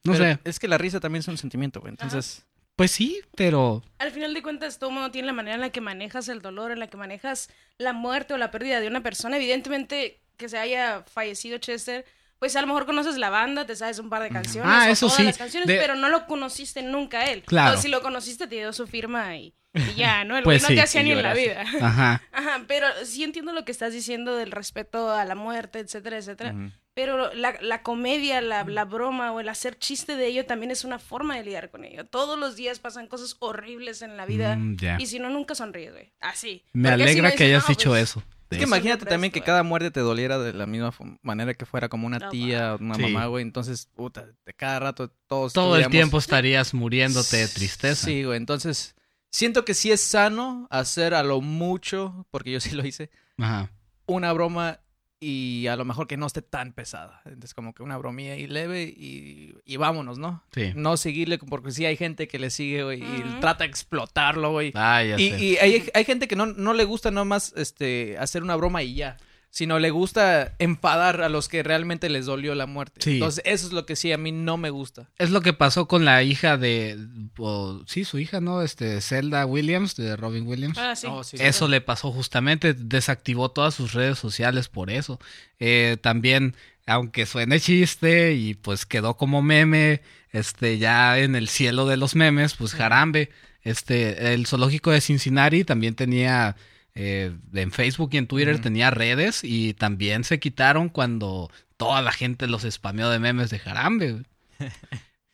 Speaker 2: No
Speaker 1: Pero
Speaker 2: sé,
Speaker 1: Es que la risa también es un sentimiento, güey. Entonces.
Speaker 2: pues sí, pero
Speaker 3: Al final de cuentas, todo mundo tiene la manera en la que manejas el dolor, en la que manejas la muerte o la pérdida de una persona. Evidentemente, que se haya fallecido Chester, pues a lo mejor conoces la banda, te sabes un par de canciones,
Speaker 2: Ah,
Speaker 3: o
Speaker 2: eso
Speaker 3: todas
Speaker 2: sí,
Speaker 3: las canciones,
Speaker 2: de-
Speaker 3: pero no lo conociste nunca a él.
Speaker 2: Claro.
Speaker 3: O si lo conociste, te dio su firma y,
Speaker 2: *laughs*
Speaker 3: y ya, ¿no? El
Speaker 2: Pues
Speaker 3: güey
Speaker 2: sí,
Speaker 3: no te hacía
Speaker 1: y
Speaker 3: ni en la vida. *laughs*
Speaker 1: lloraste.
Speaker 2: *laughs* Ajá.
Speaker 3: Ajá, pero sí entiendo lo que estás diciendo del respeto a la muerte, etcétera, etcétera.
Speaker 1: Ujú.
Speaker 3: Pero la, la comedia, la,
Speaker 2: Mm.
Speaker 3: la broma o el hacer chiste de ello también es una forma de lidiar con ello. Todos los días pasan cosas horribles en la vida.
Speaker 2: Mm, ya.
Speaker 3: Y si no, nunca sonríes, güey. Así.
Speaker 2: Me
Speaker 3: Porque si
Speaker 2: alegra
Speaker 3: no
Speaker 2: que
Speaker 3: dices,
Speaker 2: hayas
Speaker 3: "No,
Speaker 2: dicho
Speaker 3: pues,
Speaker 2: eso.
Speaker 1: Es
Speaker 2: de
Speaker 1: que
Speaker 2: eso.
Speaker 1: imagínate
Speaker 3: Siempre
Speaker 1: también
Speaker 3: es,
Speaker 1: que
Speaker 3: güey.
Speaker 1: cada muerte te doliera de la misma fo- manera que fuera como una
Speaker 3: eh. No,
Speaker 1: tía, una
Speaker 2: Sí.
Speaker 1: mamá, güey. Entonces, puta, de cada rato todos.
Speaker 2: Todo el
Speaker 1: estuviéramos-
Speaker 2: tiempo estarías muriéndote de tristeza.
Speaker 1: Sí, güey. Entonces, siento que sí es sano hacer a lo mucho, porque yo sí lo hice,
Speaker 2: Ajá.
Speaker 1: una broma y a lo mejor que no esté tan pesada. Entonces, como que una bromilla ahí leve y, y vámonos, ¿no?
Speaker 2: Sí.
Speaker 1: No seguirle, porque sí hay gente que le sigue, güey,
Speaker 3: Ujú.
Speaker 1: y trata de explotarlo, güey.
Speaker 2: Ah, ya
Speaker 1: Y,
Speaker 2: sé.
Speaker 1: y hay, hay gente que no, no le gusta nomás este, hacer una broma y ya, sino le gusta enfadar a los que realmente les dolió la muerte.
Speaker 2: Sí.
Speaker 1: Entonces, eso es lo que sí a mí no me gusta.
Speaker 2: Es lo que pasó con la hija de. o- sí, su hija, ¿no? Este, Zelda Williams, de Robin Williams.
Speaker 3: Ah, sí.
Speaker 1: No, sí, sí.
Speaker 2: eso le pasó justamente. Desactivó todas sus redes sociales por eso. Eh, también, aunque suene chiste y pues quedó como meme, este, ya en el cielo de los memes, pues jarambe. Este, el zoológico de Cincinnati también tenía. eh, en Facebook y en Twitter
Speaker 1: Ujú.
Speaker 2: tenía redes y también se quitaron cuando toda la gente los spameó de memes
Speaker 1: *laughs*
Speaker 2: de jarambe. güey.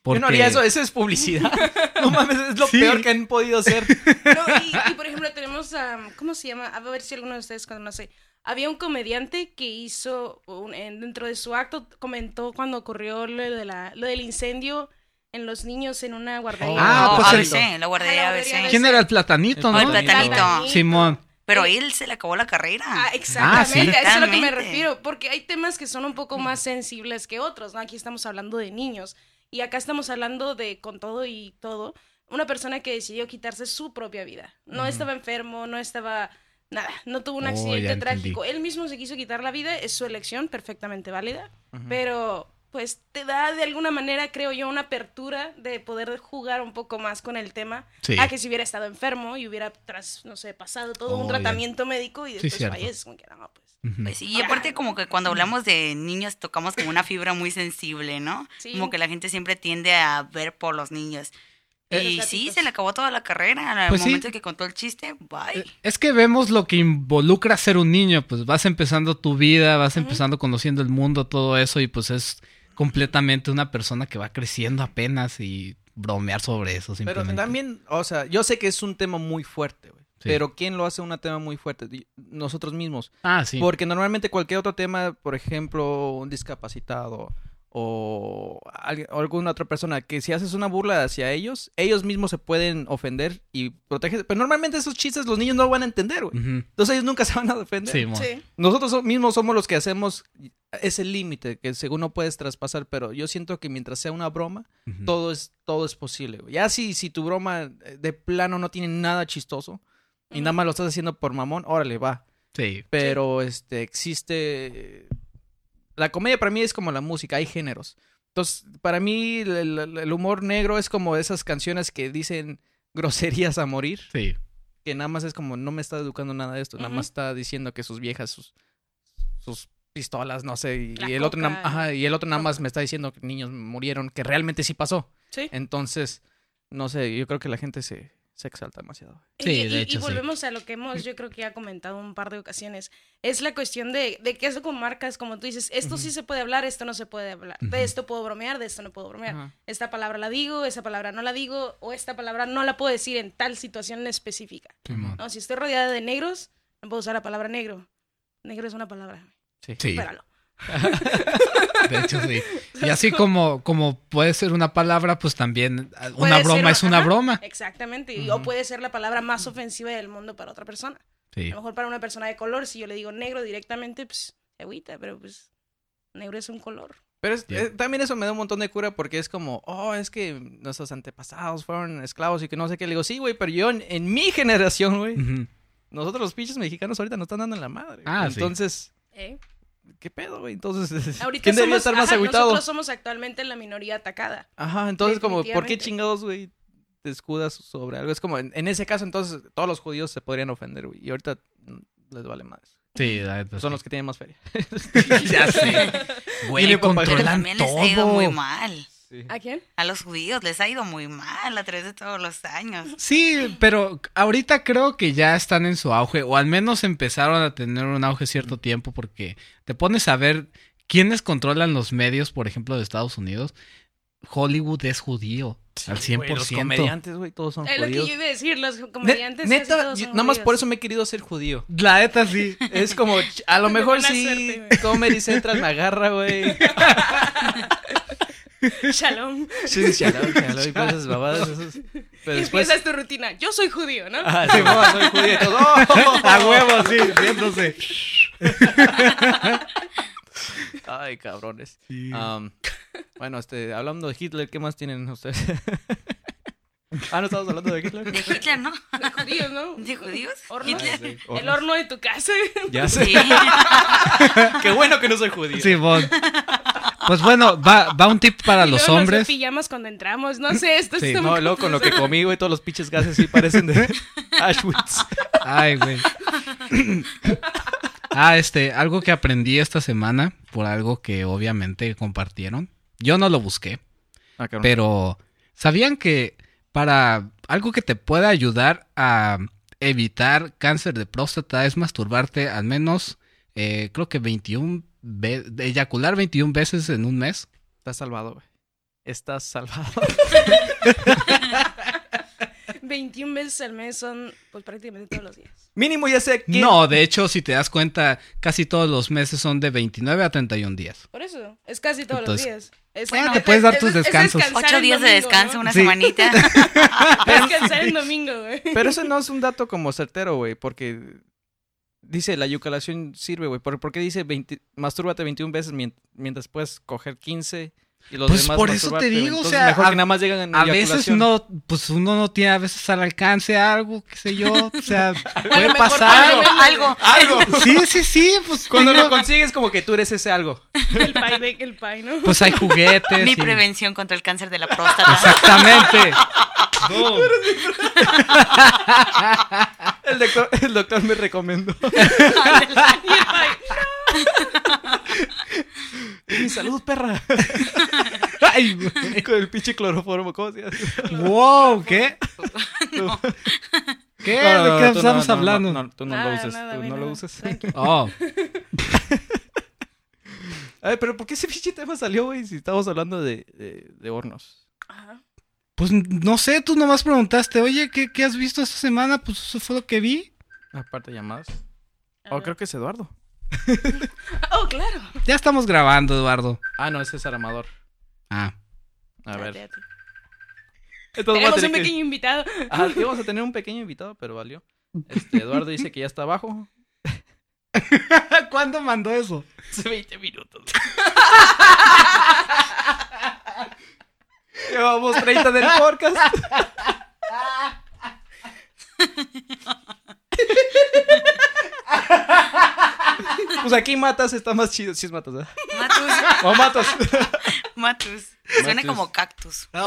Speaker 1: Yo no haría eso, eso es publicidad. No mames, es lo
Speaker 2: Sí.
Speaker 1: peor que han podido hacer.
Speaker 3: No, y, y, por ejemplo, tenemos a. ¿Cómo se llama? A ver si alguno de ustedes conoce. Había un comediante que hizo. un- en- dentro de su acto comentó cuando ocurrió lo, de la, lo del incendio en los niños en una guardería.
Speaker 2: Ah,
Speaker 4: No,
Speaker 2: pues el-
Speaker 4: ABC, la guardería
Speaker 3: Ah, la guardería
Speaker 4: ABC.
Speaker 2: ¿Quién era el platanito,
Speaker 1: El
Speaker 2: no?
Speaker 4: Ah, el platanito.
Speaker 2: Simón.
Speaker 4: Pero él se le acabó la carrera.
Speaker 3: Ah, exactamente, a eso es a lo que me
Speaker 4: Totalmente.
Speaker 3: refiero, porque hay temas que son un poco más sensibles que otros, ¿no? Aquí estamos hablando de niños y acá estamos hablando de con todo y todo, una persona que decidió quitarse su propia vida. No estaba enfermo, no estaba nada, no tuvo un
Speaker 2: Oh, ya
Speaker 3: accidente
Speaker 2: entendí.
Speaker 3: trágico, él mismo se quiso quitar la vida, es su elección perfectamente válida,
Speaker 1: Ujú.
Speaker 3: pero pues te da de alguna manera, creo yo, una apertura de poder jugar un poco más con el tema,
Speaker 2: Sí.
Speaker 3: a Ah, que si hubiera estado enfermo y hubiera, tras, no sé, pasado
Speaker 2: Oh,
Speaker 3: todo un
Speaker 2: ya.
Speaker 3: tratamiento médico y
Speaker 2: Sí,
Speaker 3: después
Speaker 2: cierto.
Speaker 3: fallece, como que no, pues.
Speaker 2: Ujú.
Speaker 4: Pues sí, y aparte como que cuando hablamos de niños tocamos como una fibra muy sensible, ¿no?
Speaker 3: Sí.
Speaker 4: Como que la gente siempre tiende a ver por los niños.
Speaker 3: Eh,
Speaker 4: y
Speaker 3: Los
Speaker 4: sí,
Speaker 3: gatitos.
Speaker 4: se le acabó toda la carrera. Al
Speaker 2: Pues sí.
Speaker 4: momento que contó el chiste, bye.
Speaker 2: Eh, Es que vemos lo que involucra ser un niño, pues vas empezando tu vida, vas
Speaker 3: Ujú.
Speaker 2: empezando conociendo el mundo, todo eso, y pues es completamente una persona que va creciendo apenas y bromear sobre eso
Speaker 1: Pero
Speaker 2: simplemente.
Speaker 1: también, o sea, yo sé que es un tema muy fuerte, güey.
Speaker 2: Sí.
Speaker 1: Pero ¿quién lo hace un tema muy fuerte? Di- Nosotros mismos.
Speaker 2: Ah, sí.
Speaker 1: Porque normalmente cualquier otro tema, por ejemplo, un discapacitado o, alguien- o alguna otra persona, que si haces una burla hacia ellos, ellos mismos se pueden ofender y protegerse. Pero normalmente esos chistes los niños no lo van a entender, güey.
Speaker 2: Ujú.
Speaker 1: Entonces ellos nunca *laughs* se van a defender.
Speaker 2: Sí, mo.
Speaker 3: Sí.
Speaker 1: Nosotros so- mismos somos los que hacemos ese límite que según no puedes traspasar, pero yo siento que mientras sea una broma,
Speaker 2: Ujú.
Speaker 1: todo es todo es posible. güey. Ya si, si tu broma eh, de plano no tiene nada chistoso y nada más lo estás haciendo por mamón, órale, va.
Speaker 2: Sí.
Speaker 1: Pero este existe la comedia para mí es como la música, hay géneros. Entonces, para mí el, el- el humor negro es como esas canciones que dicen *laughs* groserías a morir
Speaker 2: Sí.
Speaker 1: que nada más es como no me está educando nada de esto, nada
Speaker 3: Ujú.
Speaker 1: más está diciendo que sus viejas, sus, sus pistolas, no sé, y,
Speaker 3: La
Speaker 1: el otro
Speaker 3: coca,
Speaker 1: na- ajá, y el otro nada
Speaker 3: coca.
Speaker 1: más me está diciendo que niños murieron, que realmente sí pasó.
Speaker 3: Sí.
Speaker 1: Entonces, no sé, yo creo que la gente se, se exalta demasiado.
Speaker 3: Y-
Speaker 2: Sí,
Speaker 3: y,
Speaker 2: de
Speaker 3: y
Speaker 2: hecho, sí.
Speaker 3: volvemos a lo que hemos, yo creo que ya comentado un par de ocasiones, es la cuestión de, de qué es con marcas, como tú dices, esto sí se puede hablar, esto no se puede hablar,
Speaker 2: Ujú.
Speaker 3: de esto puedo bromear, de esto no puedo bromear,
Speaker 1: Ajá.
Speaker 3: esta palabra la digo, esa palabra no la digo, o esta palabra no la puedo decir en tal situación en específica.
Speaker 2: Sí, mo.
Speaker 3: No, si estoy rodeada de negros, no puedo usar la palabra negro. Negro es una palabra.
Speaker 1: Sí.
Speaker 2: Sí.
Speaker 3: Espéralo.
Speaker 2: De hecho, sí. Y así como, como puede ser una palabra, pues también ah, una
Speaker 3: Puede ser-
Speaker 2: broma es una
Speaker 3: ajá,
Speaker 2: broma.
Speaker 3: Exactamente. y-
Speaker 1: Ujú.
Speaker 3: O puede ser la palabra más ofensiva del mundo para otra persona. A
Speaker 2: Sí.
Speaker 3: lo mejor para una persona de color, si yo le digo negro directamente, pues se agüita, pero pues negro es un color.
Speaker 1: Pero es-
Speaker 2: Ya.
Speaker 1: eh, también eso me da un montón de cura porque es como, oh, es que nuestros antepasados fueron esclavos y que no sé qué. Le digo, sí, güey, pero yo en, en mi *laughs* generación, güey,
Speaker 2: Ujú.
Speaker 1: nosotros los pinches mexicanos ahorita nos están dando en la madre.
Speaker 2: Ah, sí.
Speaker 1: Entonces, ¿qué pedo, güey? Entonces, *laughs*
Speaker 3: Ahorita
Speaker 1: ¿quién debería
Speaker 3: somos-
Speaker 1: estar más
Speaker 3: ajá,
Speaker 1: aguitado?
Speaker 3: Nosotros somos actualmente la minoría atacada.
Speaker 1: Ajá, entonces como, ¿por qué
Speaker 3: Definitivamente.
Speaker 1: chingados, güey, te escudas sobre algo? Es como, en, en ese caso, entonces, todos los judíos se podrían ofender, güey. Y ahorita mm, les vale más.
Speaker 2: Sí, la
Speaker 1: Son
Speaker 2: neta, Pues sí.
Speaker 1: los que tienen más feria.
Speaker 2: *laughs* Ya sé.
Speaker 1: Y
Speaker 2: Güey,
Speaker 1: mi papá-
Speaker 4: Pero
Speaker 2: controlan
Speaker 4: también les ha ido muy
Speaker 2: todo.
Speaker 4: mal.
Speaker 3: ¿A quién?
Speaker 4: A los judíos les ha ido muy mal a través de todos los años.
Speaker 2: Sí, pero ahorita creo que ya están en su auge, o al menos empezaron a tener un auge cierto tiempo, porque te pones a ver quiénes controlan los medios, por ejemplo, de Estados Unidos. Hollywood es judío, al 100%.
Speaker 1: Güey, los comediantes, güey, todos son
Speaker 3: Es Eh, lo que yo
Speaker 1: judíos.
Speaker 3: iba a decir, los
Speaker 1: Oh, Ne-
Speaker 3: comediantes. casi
Speaker 1: neta,
Speaker 3: todos
Speaker 1: yo-
Speaker 3: son
Speaker 1: nada más
Speaker 3: judíos.
Speaker 1: por eso me he querido ser judío.
Speaker 2: La neta sí.
Speaker 1: Es como, ch- a lo
Speaker 3: Buena
Speaker 1: mejor sí,
Speaker 3: suerte, güey.
Speaker 1: Comedy Central me agarra, güey. *laughs*
Speaker 3: Shalom.
Speaker 1: Sí, chalao, chalao, y pues esas babadas, esos. Pero
Speaker 3: Y
Speaker 1: después...
Speaker 3: Empiezas tu rutina. Yo soy judío, ¿no?
Speaker 1: Ah, sí, no, soy judío. y
Speaker 3: *laughs*
Speaker 1: todo, *laughs* ¡oh!
Speaker 2: A huevo, sí, viéndose.
Speaker 1: Ay, cabrones.
Speaker 2: Ah,
Speaker 1: Am, bueno, este, hablando de Hitler, ¿qué más tienen ustedes? *laughs* ah, no estamos hablando de Hitler.
Speaker 4: De
Speaker 2: *laughs*
Speaker 4: Hitler, ¿no?
Speaker 3: De judíos, ¿no?
Speaker 4: ¿De judíos?
Speaker 3: Horno.
Speaker 1: Ah, sí,
Speaker 3: El horno de tu
Speaker 1: *laughs*
Speaker 3: casa.
Speaker 1: Ya sé.
Speaker 4: Sí.
Speaker 1: Qué bueno que no soy judío.
Speaker 2: Simón. Pues bueno, va, va un tip para
Speaker 3: *laughs* Y
Speaker 2: los
Speaker 3: luego nos
Speaker 2: hombres.
Speaker 3: pillamos cuando entramos. No sé, esto
Speaker 2: Sí,
Speaker 3: es
Speaker 1: No, loco, con lo que comí, güey, todos los pinches gases sí parecen de Auschwitz.
Speaker 2: Ay, güey. Ah, este, algo que aprendí esta semana por algo que obviamente compartieron. Yo no lo busqué,
Speaker 1: Ah, cabrón.
Speaker 2: pero ¿sabían que para algo que te pueda ayudar a evitar cáncer de próstata es masturbarte al menos, eh, creo que 21 ve- eyacular 21 veces en un mes?
Speaker 1: Estás salvado, güey. Estás salvado. *laughs*
Speaker 3: 21 veces al mes son pues prácticamente todos los días.
Speaker 1: Mínimo ya sé que.
Speaker 2: No, de hecho, si te das cuenta, casi todos los meses son de 29 a 31 días.
Speaker 3: Por eso, es casi todos los
Speaker 2: Entonces,
Speaker 3: días. Es-
Speaker 2: bueno, te puedes dar tus descansos.
Speaker 3: descansar
Speaker 4: Ocho
Speaker 3: el
Speaker 4: días de
Speaker 3: domingo,
Speaker 4: descanso,
Speaker 3: ¿no?
Speaker 4: una
Speaker 2: Sí. *laughs*
Speaker 4: semanita.
Speaker 3: Es descansar el domingo,
Speaker 1: *laughs*
Speaker 3: güey. *laughs*
Speaker 1: Pero eso no es un dato como certero, güey, porque dice la yucalación sirve, güey. ¿Por, por qué dice 20, mastúrbate 21 veces mien- mientras puedes coger 15 y los
Speaker 2: Pues
Speaker 1: demás
Speaker 2: por eso te
Speaker 1: masturbarte, güey?
Speaker 2: digo, o
Speaker 1: Entonces,
Speaker 2: sea,
Speaker 1: mejor
Speaker 2: a-
Speaker 1: que nada más llegan en
Speaker 2: A veces
Speaker 1: eyaculación.
Speaker 2: no, pues uno no tiene a veces al alcance algo, qué sé yo,
Speaker 1: *laughs*
Speaker 2: o sea, puede
Speaker 3: mejor
Speaker 2: pasar.
Speaker 4: algo, algo.
Speaker 1: Algo.
Speaker 2: Sí, sí, sí, pues
Speaker 1: Cuando
Speaker 2: no-
Speaker 1: lo consigues, como que tú eres ese algo.
Speaker 3: El pie de el pie, ¿no?
Speaker 2: Pues hay juguetes.
Speaker 4: Mi
Speaker 2: y-
Speaker 4: prevención contra el cáncer de la
Speaker 1: *laughs*
Speaker 4: próstata.
Speaker 2: Exactamente.
Speaker 1: El doctor, el doctor me *laughs* recomendó. Mi salud, perra.
Speaker 2: *laughs* Ay, güey.
Speaker 1: Con el pinche cloroformo. ¿Cómo se llama?
Speaker 2: wow, ¿qué? ¿Qué?
Speaker 1: No, no,
Speaker 2: ¿De qué
Speaker 1: tú no,
Speaker 2: estamos
Speaker 1: no, no,
Speaker 2: hablando?
Speaker 1: no, tú no
Speaker 3: Nada,
Speaker 1: lo uses.
Speaker 3: nada,
Speaker 1: tú
Speaker 3: güey,
Speaker 1: no lo
Speaker 3: nada. *laughs*
Speaker 1: uses. *laughs*
Speaker 3: Tranqui.
Speaker 2: Oh,
Speaker 1: Ay, pero ¿por qué ese pinche tema salió, güey? Si estamos hablando de, de, de hornos.
Speaker 3: Ajá.
Speaker 2: pues no sé, tú nomás preguntaste, oye, ¿qué, qué has visto esta semana? Pues eso fue lo que vi.
Speaker 1: Aparte llamadas.
Speaker 3: A
Speaker 1: Oh,
Speaker 3: ver.
Speaker 1: creo que es Eduardo.
Speaker 3: Oh, claro.
Speaker 2: Ya estamos grabando, Eduardo.
Speaker 1: Ah, no, ese es Aramador.
Speaker 2: Ah,
Speaker 1: A ver.
Speaker 3: Espérate.
Speaker 1: Entonces voy a
Speaker 3: Tenemos
Speaker 1: tener
Speaker 3: un
Speaker 1: que-
Speaker 3: pequeño invitado.
Speaker 1: Ah, íbamos a tener un pequeño invitado, pero valió. Este, Eduardo dice que ya está abajo.
Speaker 2: *laughs* ¿cuándo mandó eso?
Speaker 1: 20 minutos. Llevamos 30 del podcast. Pues aquí Matas está más chido. Sí, es Matas, ¿verdad?
Speaker 4: Matus,
Speaker 1: O Matos.
Speaker 4: Matus. Suena
Speaker 1: Matus.
Speaker 4: como cactus.
Speaker 2: *laughs*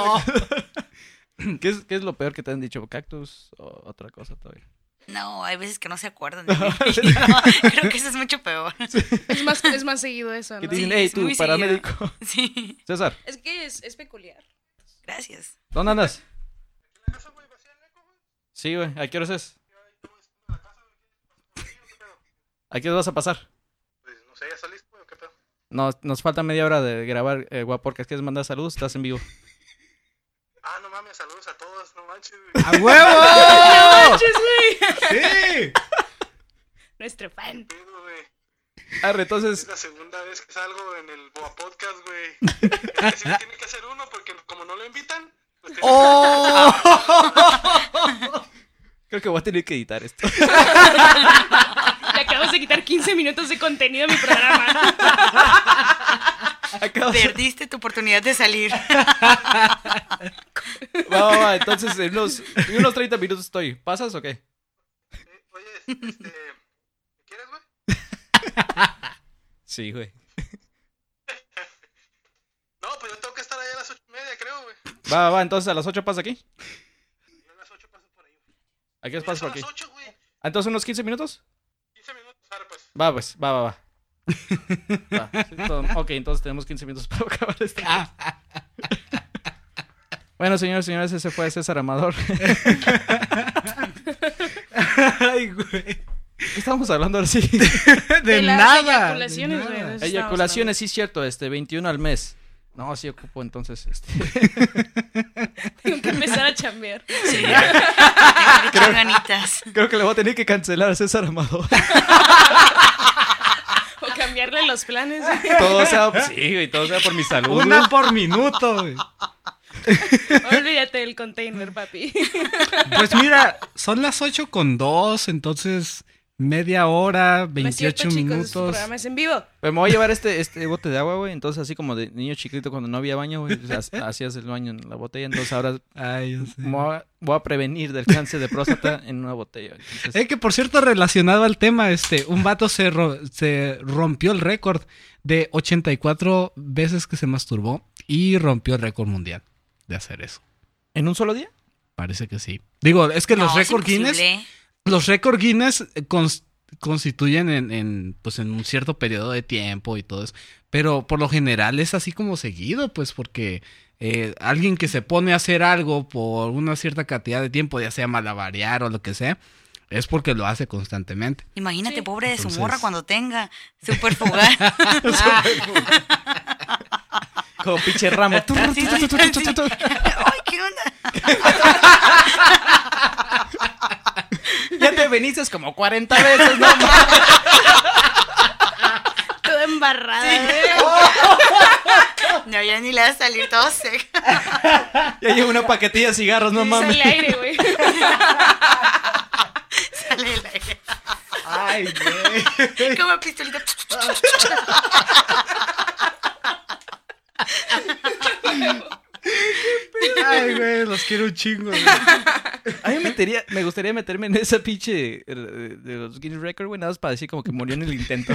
Speaker 2: No.
Speaker 1: ¿Qué es, qué es lo peor que te han dicho? ¿Cactus o otra cosa todavía?
Speaker 4: No, hay veces que no se acuerdan de
Speaker 2: *laughs*
Speaker 4: mí. *laughs* No, creo que eso es mucho peor. *laughs*
Speaker 3: Es más, es más seguido eso,
Speaker 1: ¿Qué
Speaker 3: ¿no?
Speaker 1: te dicen?
Speaker 4: Sí,
Speaker 1: Hey,
Speaker 4: es
Speaker 1: tú,
Speaker 4: muy seguido.
Speaker 1: paramédico. *laughs*
Speaker 4: Sí,
Speaker 1: César,
Speaker 3: Es que es, es peculiar. *laughs*
Speaker 4: gracias.
Speaker 1: ¿dónde andas? Sí, güey. ¿A qué horas es? ¿A qué hora vas a pasar?
Speaker 5: Pues no sé, ya saliste, güey, o qué pedo.
Speaker 1: Nos, nos falta media hora de grabar eh, Guaporcas. ¿Quieres mandar saludos? Estás en vivo.
Speaker 5: Ah, no mames, saludos a todos, no manches, güey.
Speaker 1: *laughs*
Speaker 2: ¡A huevo!
Speaker 3: ¡Manches, güey!
Speaker 2: ¡Sí!
Speaker 3: Nuestro fan.
Speaker 5: Qué pedo, güey.
Speaker 1: Arre,
Speaker 5: Es
Speaker 1: entonces,
Speaker 5: la segunda vez que salgo en el Boa Podcast,
Speaker 1: *laughs*
Speaker 5: güey. Es que sí me tiene que hacer uno porque como no lo invitan, pues tiene
Speaker 1: Oh. creo que voy a tener que editar esto.
Speaker 3: Le acabas de quitar 15 minutos de contenido a mi programa. *laughs*
Speaker 1: Acabas-
Speaker 4: Perdiste tu oportunidad
Speaker 2: *laughs*
Speaker 4: de salir.
Speaker 1: Va, va, va, Entonces, en unos, en unos 30 minutos estoy. ¿Pasas o qué?
Speaker 5: que- eh, Oye, este, ¿me quieres, güey?
Speaker 1: Sí, güey.
Speaker 5: No, pues yo tengo que estar allá a las ocho y media, creo, güey.
Speaker 1: Va, va, va. Entonces, a las 8 pasa aquí.
Speaker 5: Yo a las ocho paso por ahí.
Speaker 1: ¿A qué hora
Speaker 5: Ya
Speaker 1: pasas
Speaker 5: son
Speaker 1: por aquí?
Speaker 5: las ocho, güey.
Speaker 1: Ah, Entonces, unos 15 minutos.
Speaker 5: 15 minutos, ahora pues.
Speaker 1: Va, pues, va, va, *laughs* va. Va, sí, todo- ok, entonces tenemos 15 minutos para acabar *laughs* esto. Bueno, señores, señores, ese fue César Amador.
Speaker 2: *laughs* Ay, güey.
Speaker 1: ¿Qué estábamos hablando ahora sí? *laughs*
Speaker 2: De,
Speaker 3: De las
Speaker 2: nada.
Speaker 3: eyaculaciones,
Speaker 2: de
Speaker 3: güey,
Speaker 2: nada.
Speaker 3: de eso.
Speaker 1: Eyaculaciones, sí, cierto, este, 21 al mes. No, sí ocupo entonces, este. *laughs*
Speaker 3: Tengo que empezar a chambear.
Speaker 4: Sí. Tengo que echar ganitas.
Speaker 1: Creo que le voy a tener que cancelar a César Amador. *laughs*
Speaker 3: O cambiarle los planes. *laughs*
Speaker 1: Todo sea, sí, güey, todo sea por mi salud.
Speaker 2: Una por minuto, güey.
Speaker 3: Olvídate del container, papi.
Speaker 2: Pues mira, son las 8 con 2, entonces media hora,
Speaker 3: Lo es cierto,
Speaker 2: 28
Speaker 3: chicos, este
Speaker 2: minutos.
Speaker 3: programa es en vivo.
Speaker 1: Pero me voy a llevar este, este bote de agua, güey. Entonces, así como de niño chiquito cuando no había baño, güey, o sea, hacías el baño en la botella. Entonces, ahora
Speaker 2: Ay, yo sé.
Speaker 1: me voy a, voy a prevenir del cáncer de próstata en una botella. Entonces,
Speaker 2: Eh, que por cierto, relacionado al tema, este, un vato se, ro- se rompió el récord de 84 veces que se masturbó y rompió el récord mundial de hacer eso.
Speaker 1: ¿En un solo día?
Speaker 2: Parece que sí. Digo, es que
Speaker 4: No,
Speaker 2: los
Speaker 4: es
Speaker 2: récord Guinness,
Speaker 4: imposible.
Speaker 2: los récord Guinness eh, cons- constituyen en, en, pues en un cierto periodo de tiempo y todo eso. Pero por lo general es así como seguido, pues porque eh, alguien que se pone a hacer algo por una cierta cantidad de tiempo, ya sea malabarear o lo que sea, es porque lo hace constantemente.
Speaker 4: Imagínate,
Speaker 3: Sí.
Speaker 4: pobre de su
Speaker 2: Entonces-
Speaker 4: morra cuando tenga. Súper fugaz.
Speaker 2: *laughs*
Speaker 1: Como pinche *laughs* ramo. Tu, tu, tu, tu, tu, tu, tu, tu.
Speaker 4: Ay, ¿qué onda?
Speaker 1: Ya te veniste como 40 veces, ¿no?
Speaker 3: Toda embarrada. ¿eh? *laughs*
Speaker 4: No, ya ni le va a salir todo seca.
Speaker 1: Ya llevo una paquetilla de cigarros, no mames.
Speaker 3: Sale aire, güey.
Speaker 4: *laughs* Sale el aire.
Speaker 2: Ay, güey.
Speaker 4: Como pistolita. *laughs*
Speaker 2: Ay, güey, los quiero un chingo. güey.
Speaker 1: A mí me, metería- me gustaría meterme en esa pinche eh, de los Guinness Record, güey, nada más para decir como que murió en el
Speaker 2: *laughs*
Speaker 1: intento.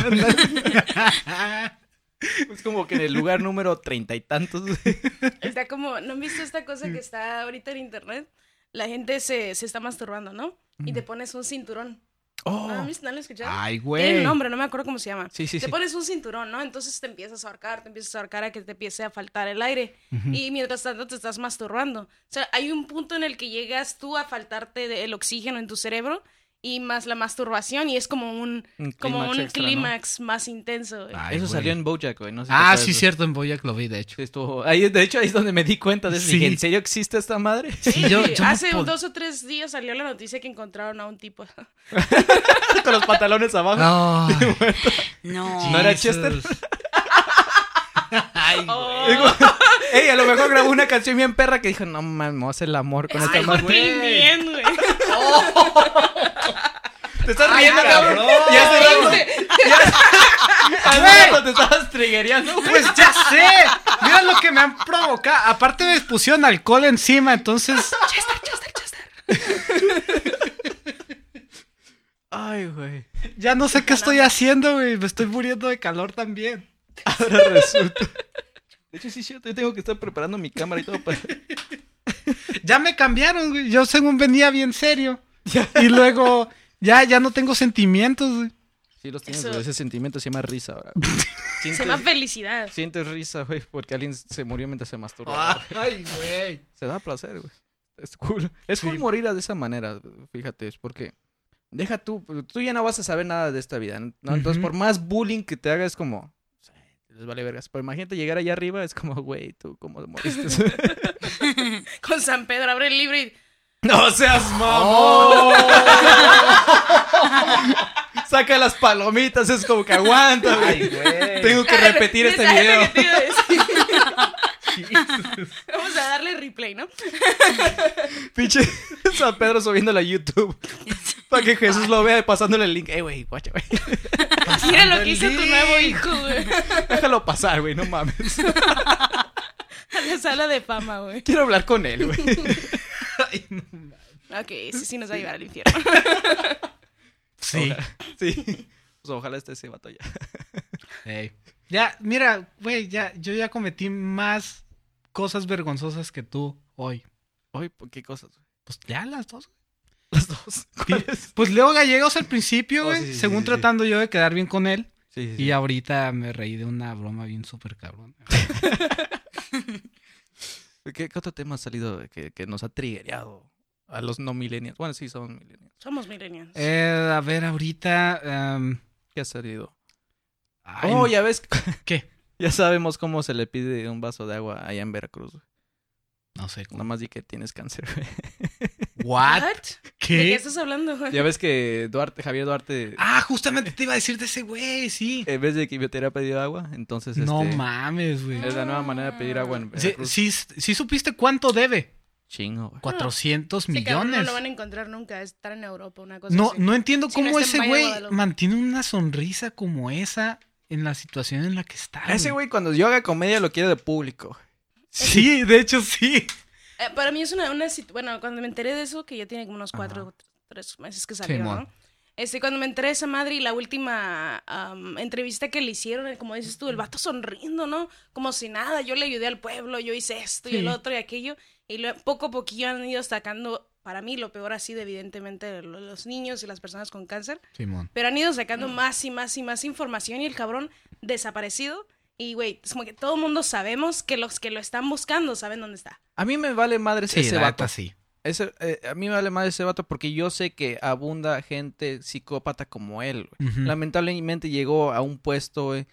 Speaker 1: Es como que en el lugar número treinta y
Speaker 2: *laughs*
Speaker 1: tantos.
Speaker 3: *laughs* Está como, ¿no han visto esta cosa que está ahorita en internet? La gente se, se está masturbando, ¿no? Y te pones un cinturón. ¿No, lo
Speaker 1: Oh,
Speaker 3: han visto? ¿No lo han escuchado?
Speaker 2: Ay,
Speaker 3: Tiene
Speaker 2: güey.
Speaker 3: un nombre, no me acuerdo cómo se llama.
Speaker 1: Sí, sí,
Speaker 3: te
Speaker 1: sí.
Speaker 3: pones un cinturón, ¿no? Entonces te empiezas a ahorcar, te empiezas a ahorcar a que te empiece a faltar el aire. Y mientras tanto te estás masturbando. O sea, hay un punto en el que llegas tú a faltarte de- el oxígeno en tu cerebro y más la masturbación y es como un,
Speaker 1: Un
Speaker 3: como
Speaker 1: clímax
Speaker 3: un
Speaker 1: extra, ¿no?
Speaker 3: clímax más intenso. güey.
Speaker 2: Ay,
Speaker 1: Eso
Speaker 2: güey.
Speaker 1: salió en Bojack, güey. No sé si te
Speaker 2: Ah,
Speaker 1: acuerdas
Speaker 2: sí,
Speaker 1: de-
Speaker 2: cierto, en Boyac lo vi, de hecho.
Speaker 1: Sí, estuvo- ahí, de hecho, ahí es donde me di cuenta de eso.
Speaker 2: Sí.
Speaker 1: Dije, ¿en serio existe esta madre?
Speaker 2: *laughs*
Speaker 1: *laughs*
Speaker 2: Sí, yo-
Speaker 3: Sí,
Speaker 2: yo no
Speaker 3: hace
Speaker 2: pod-
Speaker 3: dos o tres días salió la noticia que encontraron a un tipo.
Speaker 1: Con los pantalones abajo.
Speaker 2: *laughs* Ay,
Speaker 4: No.
Speaker 1: No era
Speaker 2: Jesus.
Speaker 1: Chester.
Speaker 2: Ay, güey.
Speaker 1: Digo, Ey, a lo mejor grabó una canción bien perra que dijo, no mames, me voy a hacer el amor con esta
Speaker 3: Ay,
Speaker 1: madre.
Speaker 3: Joaquín, bien, güey.
Speaker 1: Te estás riendo, cabrón. Ya hace
Speaker 2: *laughs*
Speaker 1: rato. Ya hace rato te estabas triggereando, güey.
Speaker 2: Pues ya sé. Mira lo que me han provocado. Aparte me pusieron alcohol encima, entonces.
Speaker 1: Ay, güey.
Speaker 2: Ya no sé qué estoy haciendo, güey. Me estoy muriendo de calor también.
Speaker 1: Ahora resulta. De hecho, sí, yo tengo que estar preparando mi cámara y todo para...
Speaker 2: Ya me cambiaron, güey. Yo según venía bien *laughs* serio. Y luego, ya, ya no tengo sentimientos, güey.
Speaker 1: Sí, los tienes,
Speaker 3: Eso-
Speaker 1: güey. Ese sentimiento se llama risa, *laughs* ahora.
Speaker 3: Se
Speaker 1: Sientes,
Speaker 3: llama felicidad.
Speaker 1: sientes risa, güey, porque alguien se murió mientras se masturbaba.
Speaker 2: Ay, güey.
Speaker 1: Se da placer, güey. Es cool. Es cool morir de esa manera, fíjate, es porque deja tú, tú ya no vas a saber nada de esta vida, ¿no? Entonces,
Speaker 2: Ujú.
Speaker 1: por más bullying que te haga, es como, o sea, les vale vergas. Pero imagínate llegar allá arriba, es como, güey, tú cómo *laughs* moriste.
Speaker 3: Con San Pedro abre el libro y
Speaker 1: *laughs* no seas mamón. *laughs* Saca las palomitas, es como que aguanta, güey. Tengo que repetir este
Speaker 3: Esa es la
Speaker 1: video.
Speaker 3: que te iba a decir. *laughs* Vamos a darle replay, ¿no?
Speaker 1: Pinche *laughs* San Pedro subiéndolo a YouTube. Para que Jesús lo vea y pasándole el link. Ey, güey, guacha, güey. *laughs*
Speaker 3: Mira lo que hizo tu nuevo hijo, güey.
Speaker 1: Déjalo pasar, güey, no mames. *laughs*
Speaker 3: A la sala de fama, güey.
Speaker 1: Quiero hablar con él, güey.
Speaker 3: Ok, ese sí nos va a llevar al infierno.
Speaker 2: Sí.
Speaker 1: Ojalá. Sí. Pues ojalá esté ese vato ya.
Speaker 2: Ey. Ya, mira, güey, ya, yo ya cometí más cosas vergonzosas que tú hoy.
Speaker 1: Oye, ¿por qué cosas? güey?
Speaker 2: Pues ya las dos.
Speaker 1: Las dos. ¿Cuáles?
Speaker 2: Pues Leo Gallegos al principio,
Speaker 1: Oh,
Speaker 2: güey,
Speaker 1: sí, sí,
Speaker 2: según
Speaker 1: sí, sí.
Speaker 2: tratando yo de quedar bien con él.
Speaker 1: Sí,
Speaker 2: Y ahorita me reí de una broma bien
Speaker 1: *laughs*
Speaker 2: súper cabrón.
Speaker 1: ¿Qué, qué otro tema ha salido de que, que nos ha triggereado a los no millennials? Bueno, sí, son millennials.
Speaker 3: Somos millennials.
Speaker 2: Eh, a ver, ahorita... em,
Speaker 1: ¿Qué ha salido?
Speaker 2: ay,
Speaker 1: oh, ya ves.
Speaker 2: ¿Qué?
Speaker 1: Ya sabemos cómo se le pide un vaso de agua allá en Veracruz. güey.
Speaker 2: No sé.
Speaker 1: *laughs* Nada más di que tienes cáncer, güey.
Speaker 2: ¿What?
Speaker 3: ¿De qué
Speaker 2: ¿Qué?
Speaker 3: estás hablando, güey?
Speaker 1: *laughs* Ya ves que Duarte, Javier Duarte,
Speaker 2: Ah, justamente te iba a decir de ese güey, sí.
Speaker 1: en vez de quimioterapia pidió agua, entonces
Speaker 2: no
Speaker 1: este,
Speaker 2: mames, güey.
Speaker 1: es la nueva manera de pedir agua en
Speaker 2: Sí,
Speaker 1: Veracruz.
Speaker 2: sí, sí supiste cuánto debe.
Speaker 1: Chingo, güey.
Speaker 2: 400
Speaker 3: Ese cabrón
Speaker 2: millones.
Speaker 3: no lo van a encontrar nunca, estar en Europa, una cosa
Speaker 2: No,
Speaker 3: así.
Speaker 2: no entiendo
Speaker 3: Sí, no
Speaker 2: cómo
Speaker 3: está en
Speaker 2: ese
Speaker 3: Valle de
Speaker 2: güey
Speaker 3: Guadalupe.
Speaker 2: mantiene una sonrisa como esa en la situación en la que está.
Speaker 1: A Ese güey cuando yo haga comedia lo quiero de público.
Speaker 2: Sí, de hecho sí.
Speaker 3: Eh, para mí es una, una situ- bueno, cuando me enteré de eso, que ya tiene como unos cuatro o tres meses que salió,
Speaker 2: Simón.
Speaker 3: ¿no? Este, cuando me enteré de esa madre y la última am, entrevista que le hicieron, eh, como dices tú, el vato sonriendo, ¿no? Como si nada, yo le ayudé al pueblo, yo hice esto y
Speaker 2: Sí.
Speaker 3: el otro y aquello. Y lo- poco a poquillo han ido sacando, para mí lo peor ha sido evidentemente lo- los niños y las personas con cáncer.
Speaker 2: Simón.
Speaker 3: Pero han ido sacando
Speaker 2: Mm.
Speaker 3: más y más y más información y el cabrón desaparecido. Y, güey, es como que todo el mundo sabemos que los que lo están buscando saben dónde está.
Speaker 1: A mí me vale madre
Speaker 2: Sí,
Speaker 1: ese
Speaker 2: la
Speaker 1: vato.
Speaker 2: neta, sí.
Speaker 1: Ese, eh, a mí me vale madre ese vato porque yo sé que abunda gente psicópata como él. güey.
Speaker 2: Ujú.
Speaker 1: Lamentablemente llegó a un puesto güey,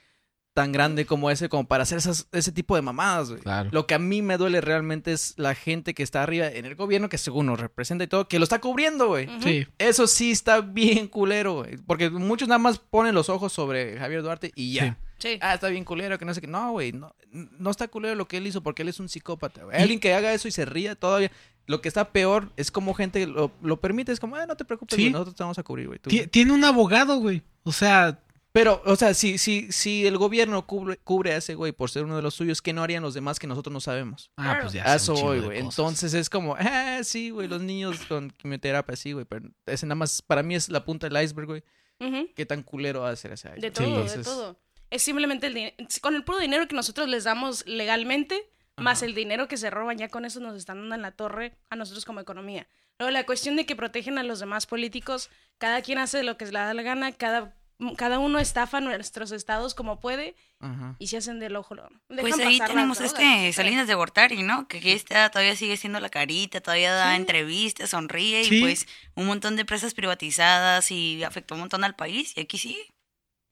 Speaker 1: tan grande como ese como para hacer esas- ese tipo de mamadas. güey.
Speaker 2: Claro.
Speaker 1: Lo que a mí me duele realmente es la gente que está arriba en el gobierno que según nos representa y todo, que lo está cubriendo, güey.
Speaker 3: Ujú.
Speaker 2: Sí.
Speaker 1: Eso sí está bien culero, güey. Porque muchos nada más ponen los ojos sobre Javier Duarte y ya.
Speaker 2: Sí.
Speaker 3: Sí.
Speaker 1: Ah, está bien culero, que no sé qué. No, güey, no, no está culero lo que él hizo porque él es un psicópata. güey. Alguien que haga eso y se ría todavía. Lo que está peor es como gente lo, lo permite. Es como, ah, no te preocupes,
Speaker 2: Sí.
Speaker 1: güey, nosotros te vamos a cubrir, güey. tú".
Speaker 2: Ti- Tiene un abogado, güey. O sea, ah,
Speaker 1: Pero, o sea, si, si, si el gobierno cubre, cubre a ese güey por ser uno de los suyos, ¿qué no harían los demás que nosotros no sabemos?
Speaker 2: ah, pues ya.
Speaker 1: A
Speaker 2: sé
Speaker 1: eso
Speaker 2: un chingo
Speaker 1: voy,
Speaker 2: de
Speaker 1: güey.
Speaker 2: cosas.
Speaker 1: Entonces es como, ah, sí, güey, los niños con quimioterapia, sí, güey. Pero ese nada más, para mí es la punta del iceberg, güey.
Speaker 3: Ujú.
Speaker 1: ¿Qué tan culero va a ser ese
Speaker 3: De
Speaker 1: iceberg?
Speaker 3: todo, de
Speaker 1: Entonces,
Speaker 3: todo. Es simplemente el dinero. Con el puro dinero que nosotros les damos legalmente, más el dinero que se roban, ya con eso nos están dando en la torre a nosotros como economía. Luego, la cuestión de que protegen a los demás políticos, cada quien hace lo que se le da la gana, cada mm, cada uno estafa nuestros estados como puede
Speaker 1: Ajá.
Speaker 3: y se hacen del ojo. loco. Dejan
Speaker 4: Pues
Speaker 3: pasar
Speaker 4: ahí
Speaker 3: las
Speaker 4: tenemos
Speaker 3: drogas,
Speaker 4: este
Speaker 3: o sea, *laughs*
Speaker 4: Salinas de Gortari, ¿no? Que aquí está, todavía sigue siendo la carita, todavía da entrevistas, sonríe
Speaker 1: Sí.
Speaker 4: y pues un montón de empresas privatizadas y afectó un montón al país y aquí sí.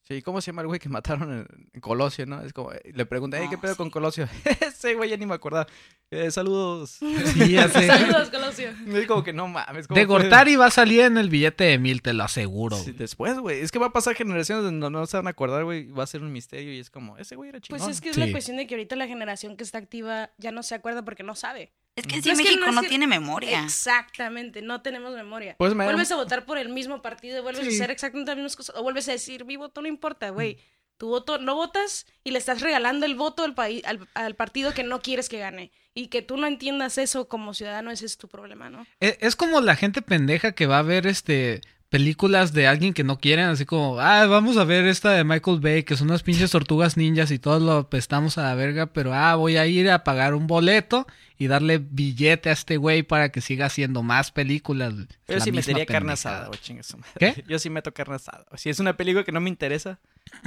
Speaker 1: Sí, ¿cómo se llama el güey que mataron en, en Colosio, no? Es como, eh, le pregunté, "Ey, ¿qué
Speaker 4: Ah,
Speaker 1: pedo
Speaker 4: sí.
Speaker 1: con Colosio? *laughs* Ese güey ya ni me acordaba. Eh, saludos.
Speaker 2: Sí, ya
Speaker 1: *laughs*
Speaker 2: sé.
Speaker 3: Saludos, Colosio.
Speaker 1: Me digo que no mames. ¿cómo fue?
Speaker 2: De Gortari va a salir en el billete de mil, te lo aseguro.
Speaker 1: Sí,
Speaker 2: güey.
Speaker 1: después, güey. Es que va a pasar generaciones donde no se van a acordar, güey. Va a ser un misterio y es como, ese güey era chingón.
Speaker 3: Pues es que es
Speaker 2: Sí.
Speaker 3: la cuestión de que ahorita la generación que está activa ya no se acuerda porque no sabe.
Speaker 4: Es que en
Speaker 3: No,
Speaker 4: sí
Speaker 3: es que
Speaker 4: México
Speaker 3: no
Speaker 4: no,
Speaker 3: es que-
Speaker 4: tiene memoria.
Speaker 3: Exactamente, no tenemos memoria.
Speaker 1: Pues me da-
Speaker 3: vuelves a votar por el mismo partido, vuelves a
Speaker 1: Sí.
Speaker 3: hacer exactamente las mismas cosas, o vuelves a decir, mi voto no importa, güey. Tu voto no votas y le estás regalando el voto al, país, al, al partido que no quieres que gane. Y que tú no entiendas eso como ciudadano, ese es tu problema, ¿no?
Speaker 2: Es, E-, es como la gente pendeja que va a ver este películas de alguien que no quieren, así como, ah, vamos a ver esta de Michael Bay, que son unas pinches tortugas ninjas y todos lo apestamos a la verga, pero ah, voy a ir a pagar un boleto y darle billete a este güey para que siga haciendo más películas.
Speaker 1: Yo
Speaker 2: La
Speaker 1: sí
Speaker 2: misma
Speaker 1: metería carne
Speaker 2: pendejada.
Speaker 1: asada, güey, chinga su madre.
Speaker 2: ¿Qué?
Speaker 1: Yo sí meto carne asada. Si es una película que no me interesa,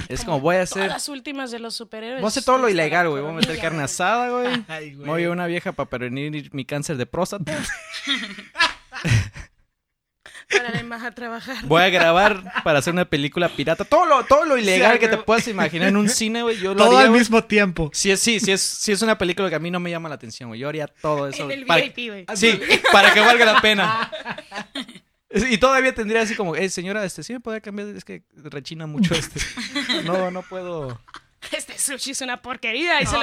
Speaker 1: es como voy a
Speaker 3: Todas
Speaker 1: hacer.
Speaker 3: las últimas de los superhéroes.
Speaker 1: Voy a hacer todo lo
Speaker 3: están
Speaker 1: ilegal, güey. Voy a meter
Speaker 3: coronadas.
Speaker 1: carne asada, güey.
Speaker 2: Ay, güey.
Speaker 1: Voy a una vieja para prevenir mi cáncer de próstata.
Speaker 3: Para la imagen a
Speaker 1: *laughs*
Speaker 3: trabajar.
Speaker 1: Voy a grabar para hacer una película pirata. Todo lo, todo lo ilegal
Speaker 2: Sí,
Speaker 1: que te
Speaker 2: güey.
Speaker 1: puedas imaginar en un cine, güey. Yo lo
Speaker 2: Todo
Speaker 1: haría.
Speaker 2: al
Speaker 1: güey.
Speaker 2: mismo tiempo.
Speaker 1: Si es, sí, si es, si es una película que a mí no me llama la atención, güey. Yo haría todo eso.
Speaker 3: En
Speaker 1: güey,
Speaker 3: el
Speaker 1: para-
Speaker 3: VIP, güey.
Speaker 1: Sí, *laughs* para que valga la *laughs* pena. Y todavía tendría así como, eh, señora, este, sí me podría cambiar, es que rechina mucho *laughs* este. No, no puedo.
Speaker 3: Este sushi es una porquería y se lo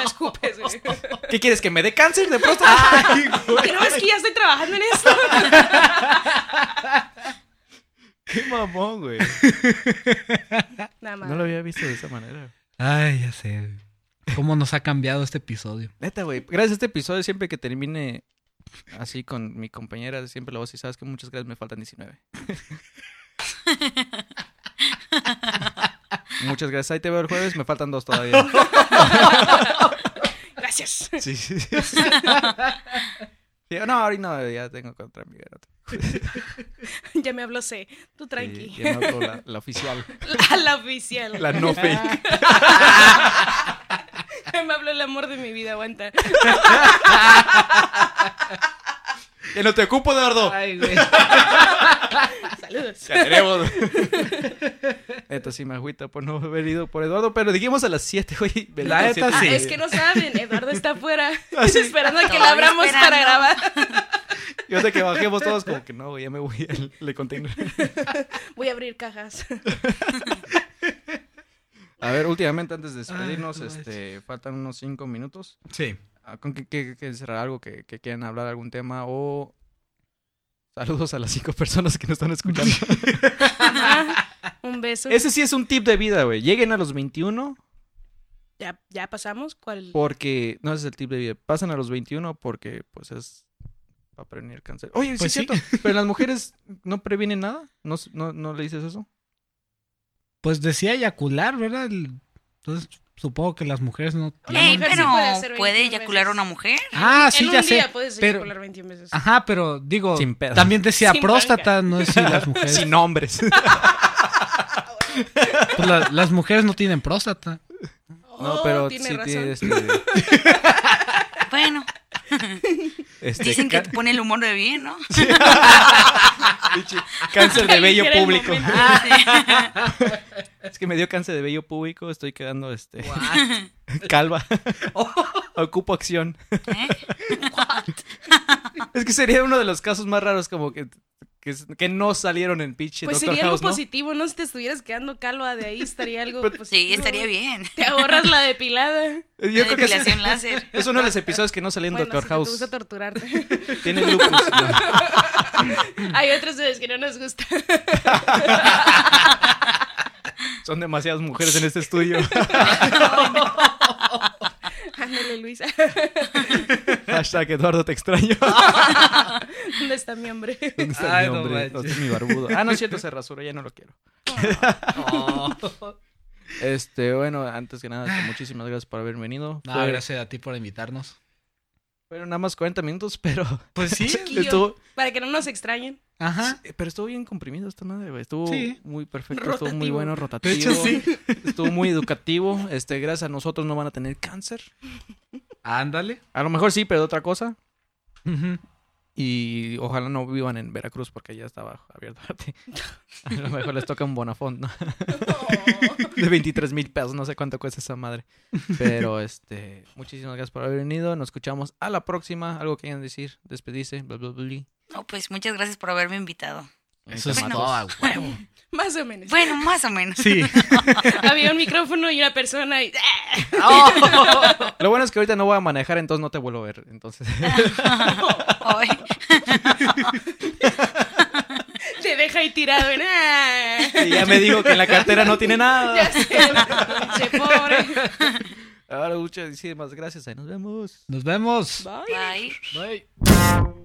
Speaker 1: *laughs*
Speaker 3: escupes, güey. *laughs*
Speaker 1: ¿Qué quieres, que me dé cáncer de *laughs* próstata?
Speaker 3: No, es que ya estoy trabajando en
Speaker 1: *laughs*
Speaker 3: esto.
Speaker 1: Qué mamón, güey.
Speaker 3: Nada más.
Speaker 1: No lo había visto de esa manera.
Speaker 2: Ay, ya sé. ¿Cómo nos ha cambiado este episodio?
Speaker 1: Neta, güey. Gracias a este episodio, siempre que termine así con mi compañera, siempre la voz y sabes que muchas gracias, me faltan 19. Muchas gracias. Ahí te veo el jueves. Me faltan dos *laughs* todavía.
Speaker 3: Gracias. *laughs*
Speaker 1: Sí, sí, sí. Sí, no, ahorita no, ya tengo contra mi
Speaker 3: Ya me habló C. Tú tranqui.
Speaker 1: Y- y en otro, la, la oficial.
Speaker 3: La, *laughs* la oficial.
Speaker 1: no fake.
Speaker 3: *laughs* Me habló el amor de mi vida, aguanta.
Speaker 1: Que no te ocupo, Eduardo.
Speaker 2: Ay, güey.
Speaker 3: *laughs* Saludos.
Speaker 1: Ya *laughs* tenemos. Esto sí me agüita por no haber ido por Eduardo, pero dijimos a las 7, güey.
Speaker 2: La neta,
Speaker 1: Siete.
Speaker 2: sí.
Speaker 3: Ah, es que no saben, Eduardo está afuera
Speaker 1: Ah,
Speaker 3: esperando a que la
Speaker 4: Todavía
Speaker 3: abramos para
Speaker 4: esperando.
Speaker 3: grabar.
Speaker 1: Yo sé que bajemos todos como que no, güey, ya me voy. Le conté.
Speaker 3: Voy a abrir cajas.
Speaker 1: A ver, últimamente antes de despedirnos,
Speaker 2: Ay, no
Speaker 1: este, faltan unos 5 minutos.
Speaker 2: Sí.
Speaker 1: Ah, ¿Con qué, qué- qué cerrar algo que, que quieran hablar algún tema o saludos a las cinco personas que nos están escuchando?
Speaker 3: Ajá. *laughs* Un beso.
Speaker 1: Ese sí es un tip de vida, güey. Lleguen a los 21
Speaker 3: Ya, ya pasamos. ¿Cuál?
Speaker 1: porque... No, ese es el tip de vida. Pasan a los 21 porque, pues, es para prevenir cáncer. Oye, sí
Speaker 2: Pues
Speaker 1: es cierto. Pero las mujeres no previenen nada. ¿No, s- no, no le dices eso?
Speaker 2: Pues decía eyacular, ¿verdad? El- Entonces, supongo que las mujeres no...
Speaker 3: La
Speaker 4: Ey,
Speaker 3: mujer sí
Speaker 4: pero
Speaker 3: puede hacer
Speaker 4: puede,
Speaker 3: 21
Speaker 4: eyacular
Speaker 3: veces.
Speaker 4: una mujer.
Speaker 2: Ah, sí,
Speaker 3: en
Speaker 2: ya
Speaker 3: un
Speaker 2: sé.
Speaker 3: día puedes
Speaker 2: pero-
Speaker 3: circular 21 veces.
Speaker 1: Ah,
Speaker 2: Ajá, pero digo,
Speaker 1: Sin pedo.
Speaker 2: también decía
Speaker 3: Sin
Speaker 2: próstata, no es si
Speaker 3: *laughs*
Speaker 2: las mujeres.
Speaker 1: Sin hombres.
Speaker 2: Pues la- las mujeres no tienen próstata.
Speaker 1: no,
Speaker 3: Oh,
Speaker 1: pero
Speaker 3: tiene
Speaker 1: sí
Speaker 3: razón.
Speaker 1: tiene
Speaker 3: *laughs*
Speaker 1: este...
Speaker 4: Bueno,
Speaker 1: este,
Speaker 4: dicen que
Speaker 1: ca-
Speaker 4: te pone el humor de bien,
Speaker 3: *laughs*
Speaker 4: ¿no?
Speaker 1: *laughs* pinche cáncer de vello
Speaker 3: Era el
Speaker 1: público. Ah,
Speaker 3: momento.
Speaker 1: *laughs*
Speaker 3: Ah,
Speaker 1: Es que me dio cáncer de vello público. Estoy quedando, este... *laughs* Calva.
Speaker 3: *laughs* Oh.
Speaker 1: Ocupo acción.
Speaker 4: ¿Eh?
Speaker 1: Es que sería uno de los casos más raros como que, que, que no salieron en pinche
Speaker 3: Pues
Speaker 1: Doctor
Speaker 3: sería algo
Speaker 1: House, ¿no? Pues,
Speaker 3: positivo, ¿no? Si te estuvieras quedando calva de ahí, estaría algo positivo.
Speaker 4: Sí, estaría bien.
Speaker 3: Te ahorras la depilada.
Speaker 1: Yo
Speaker 4: La
Speaker 1: creo que es,
Speaker 3: *laughs*
Speaker 4: depilación láser.
Speaker 1: es uno de los episodios que no salió en
Speaker 3: Bueno,
Speaker 1: Doctor
Speaker 3: si no te
Speaker 1: House.
Speaker 3: gusta torturarte. *laughs*
Speaker 1: Tiene lupus. ¿no?
Speaker 3: Hay otras veces que no nos gusta.
Speaker 1: Son demasiadas mujeres en este estudio.
Speaker 3: *laughs* Ándale, Luisa.
Speaker 1: Hashtag Eduardo te extraño. *laughs*
Speaker 3: ¿Dónde está mi *laughs* hombre?
Speaker 1: ¿Dónde está
Speaker 2: Ay,
Speaker 1: mi
Speaker 2: no
Speaker 1: hombre?
Speaker 2: manches.
Speaker 1: ¿Dónde está mi barbudo? Ah, no es cierto, se rasura, ya no lo quiero. *laughs* Este, bueno, antes que nada, este, muchísimas gracias por haber venido.
Speaker 2: No,
Speaker 1: Fue-
Speaker 2: Ah, gracias a ti por invitarnos.
Speaker 1: Fueron nada más 40 minutos, pero
Speaker 2: Pues sí.
Speaker 1: *laughs*
Speaker 3: Chiquillo.
Speaker 1: estuvo,
Speaker 3: Para que no nos extrañen.
Speaker 2: Ajá.
Speaker 1: Eh, Pero estuvo bien comprimido esta madre, güey. Estuvo
Speaker 2: Sí.
Speaker 1: muy perfecto, estuvo muy
Speaker 4: Rotativo.
Speaker 1: bueno,
Speaker 2: De
Speaker 1: rotativo.
Speaker 2: hecho, sí.
Speaker 1: Estuvo muy educativo. Este, gracias a nosotros no van a tener cáncer.
Speaker 2: Ándale.
Speaker 1: A lo mejor sí, pero de otra cosa.
Speaker 2: Ujú.
Speaker 1: Y ojalá no vivan en Veracruz porque ya estaba abierto. *laughs* A lo mejor les toca un bonafont, ¿no? De 23 mil pesos, no sé cuánto cuesta esa madre. Pero este, muchísimas gracias por haber venido. Nos escuchamos a la próxima. Algo que quieran decir, despedirse, bla, bla, bla, bla.
Speaker 4: No, pues muchas gracias por haberme invitado.
Speaker 2: Eso es
Speaker 1: Ahorita
Speaker 2: todo, a huevo.
Speaker 3: Más o menos.
Speaker 4: Bueno, más o menos. *laughs*
Speaker 2: Sí.
Speaker 3: Había un micrófono y una persona y...
Speaker 1: mato. Lo bueno es que ahorita no voy a manejar, entonces no te vuelvo a ver. Entonces, *laughs*
Speaker 4: Ay,
Speaker 3: Te deja ahí tirado en... ¡Ah!
Speaker 1: y ya me dijo que en la cartera no tiene
Speaker 3: *laughs* Ya
Speaker 1: nada.
Speaker 3: *laughs* sé, che, pobre.
Speaker 1: Ahora muchas muchísimas gracias. Ahí nos vemos.
Speaker 2: Nos vemos.
Speaker 3: Bye.
Speaker 4: bye.
Speaker 2: Bye.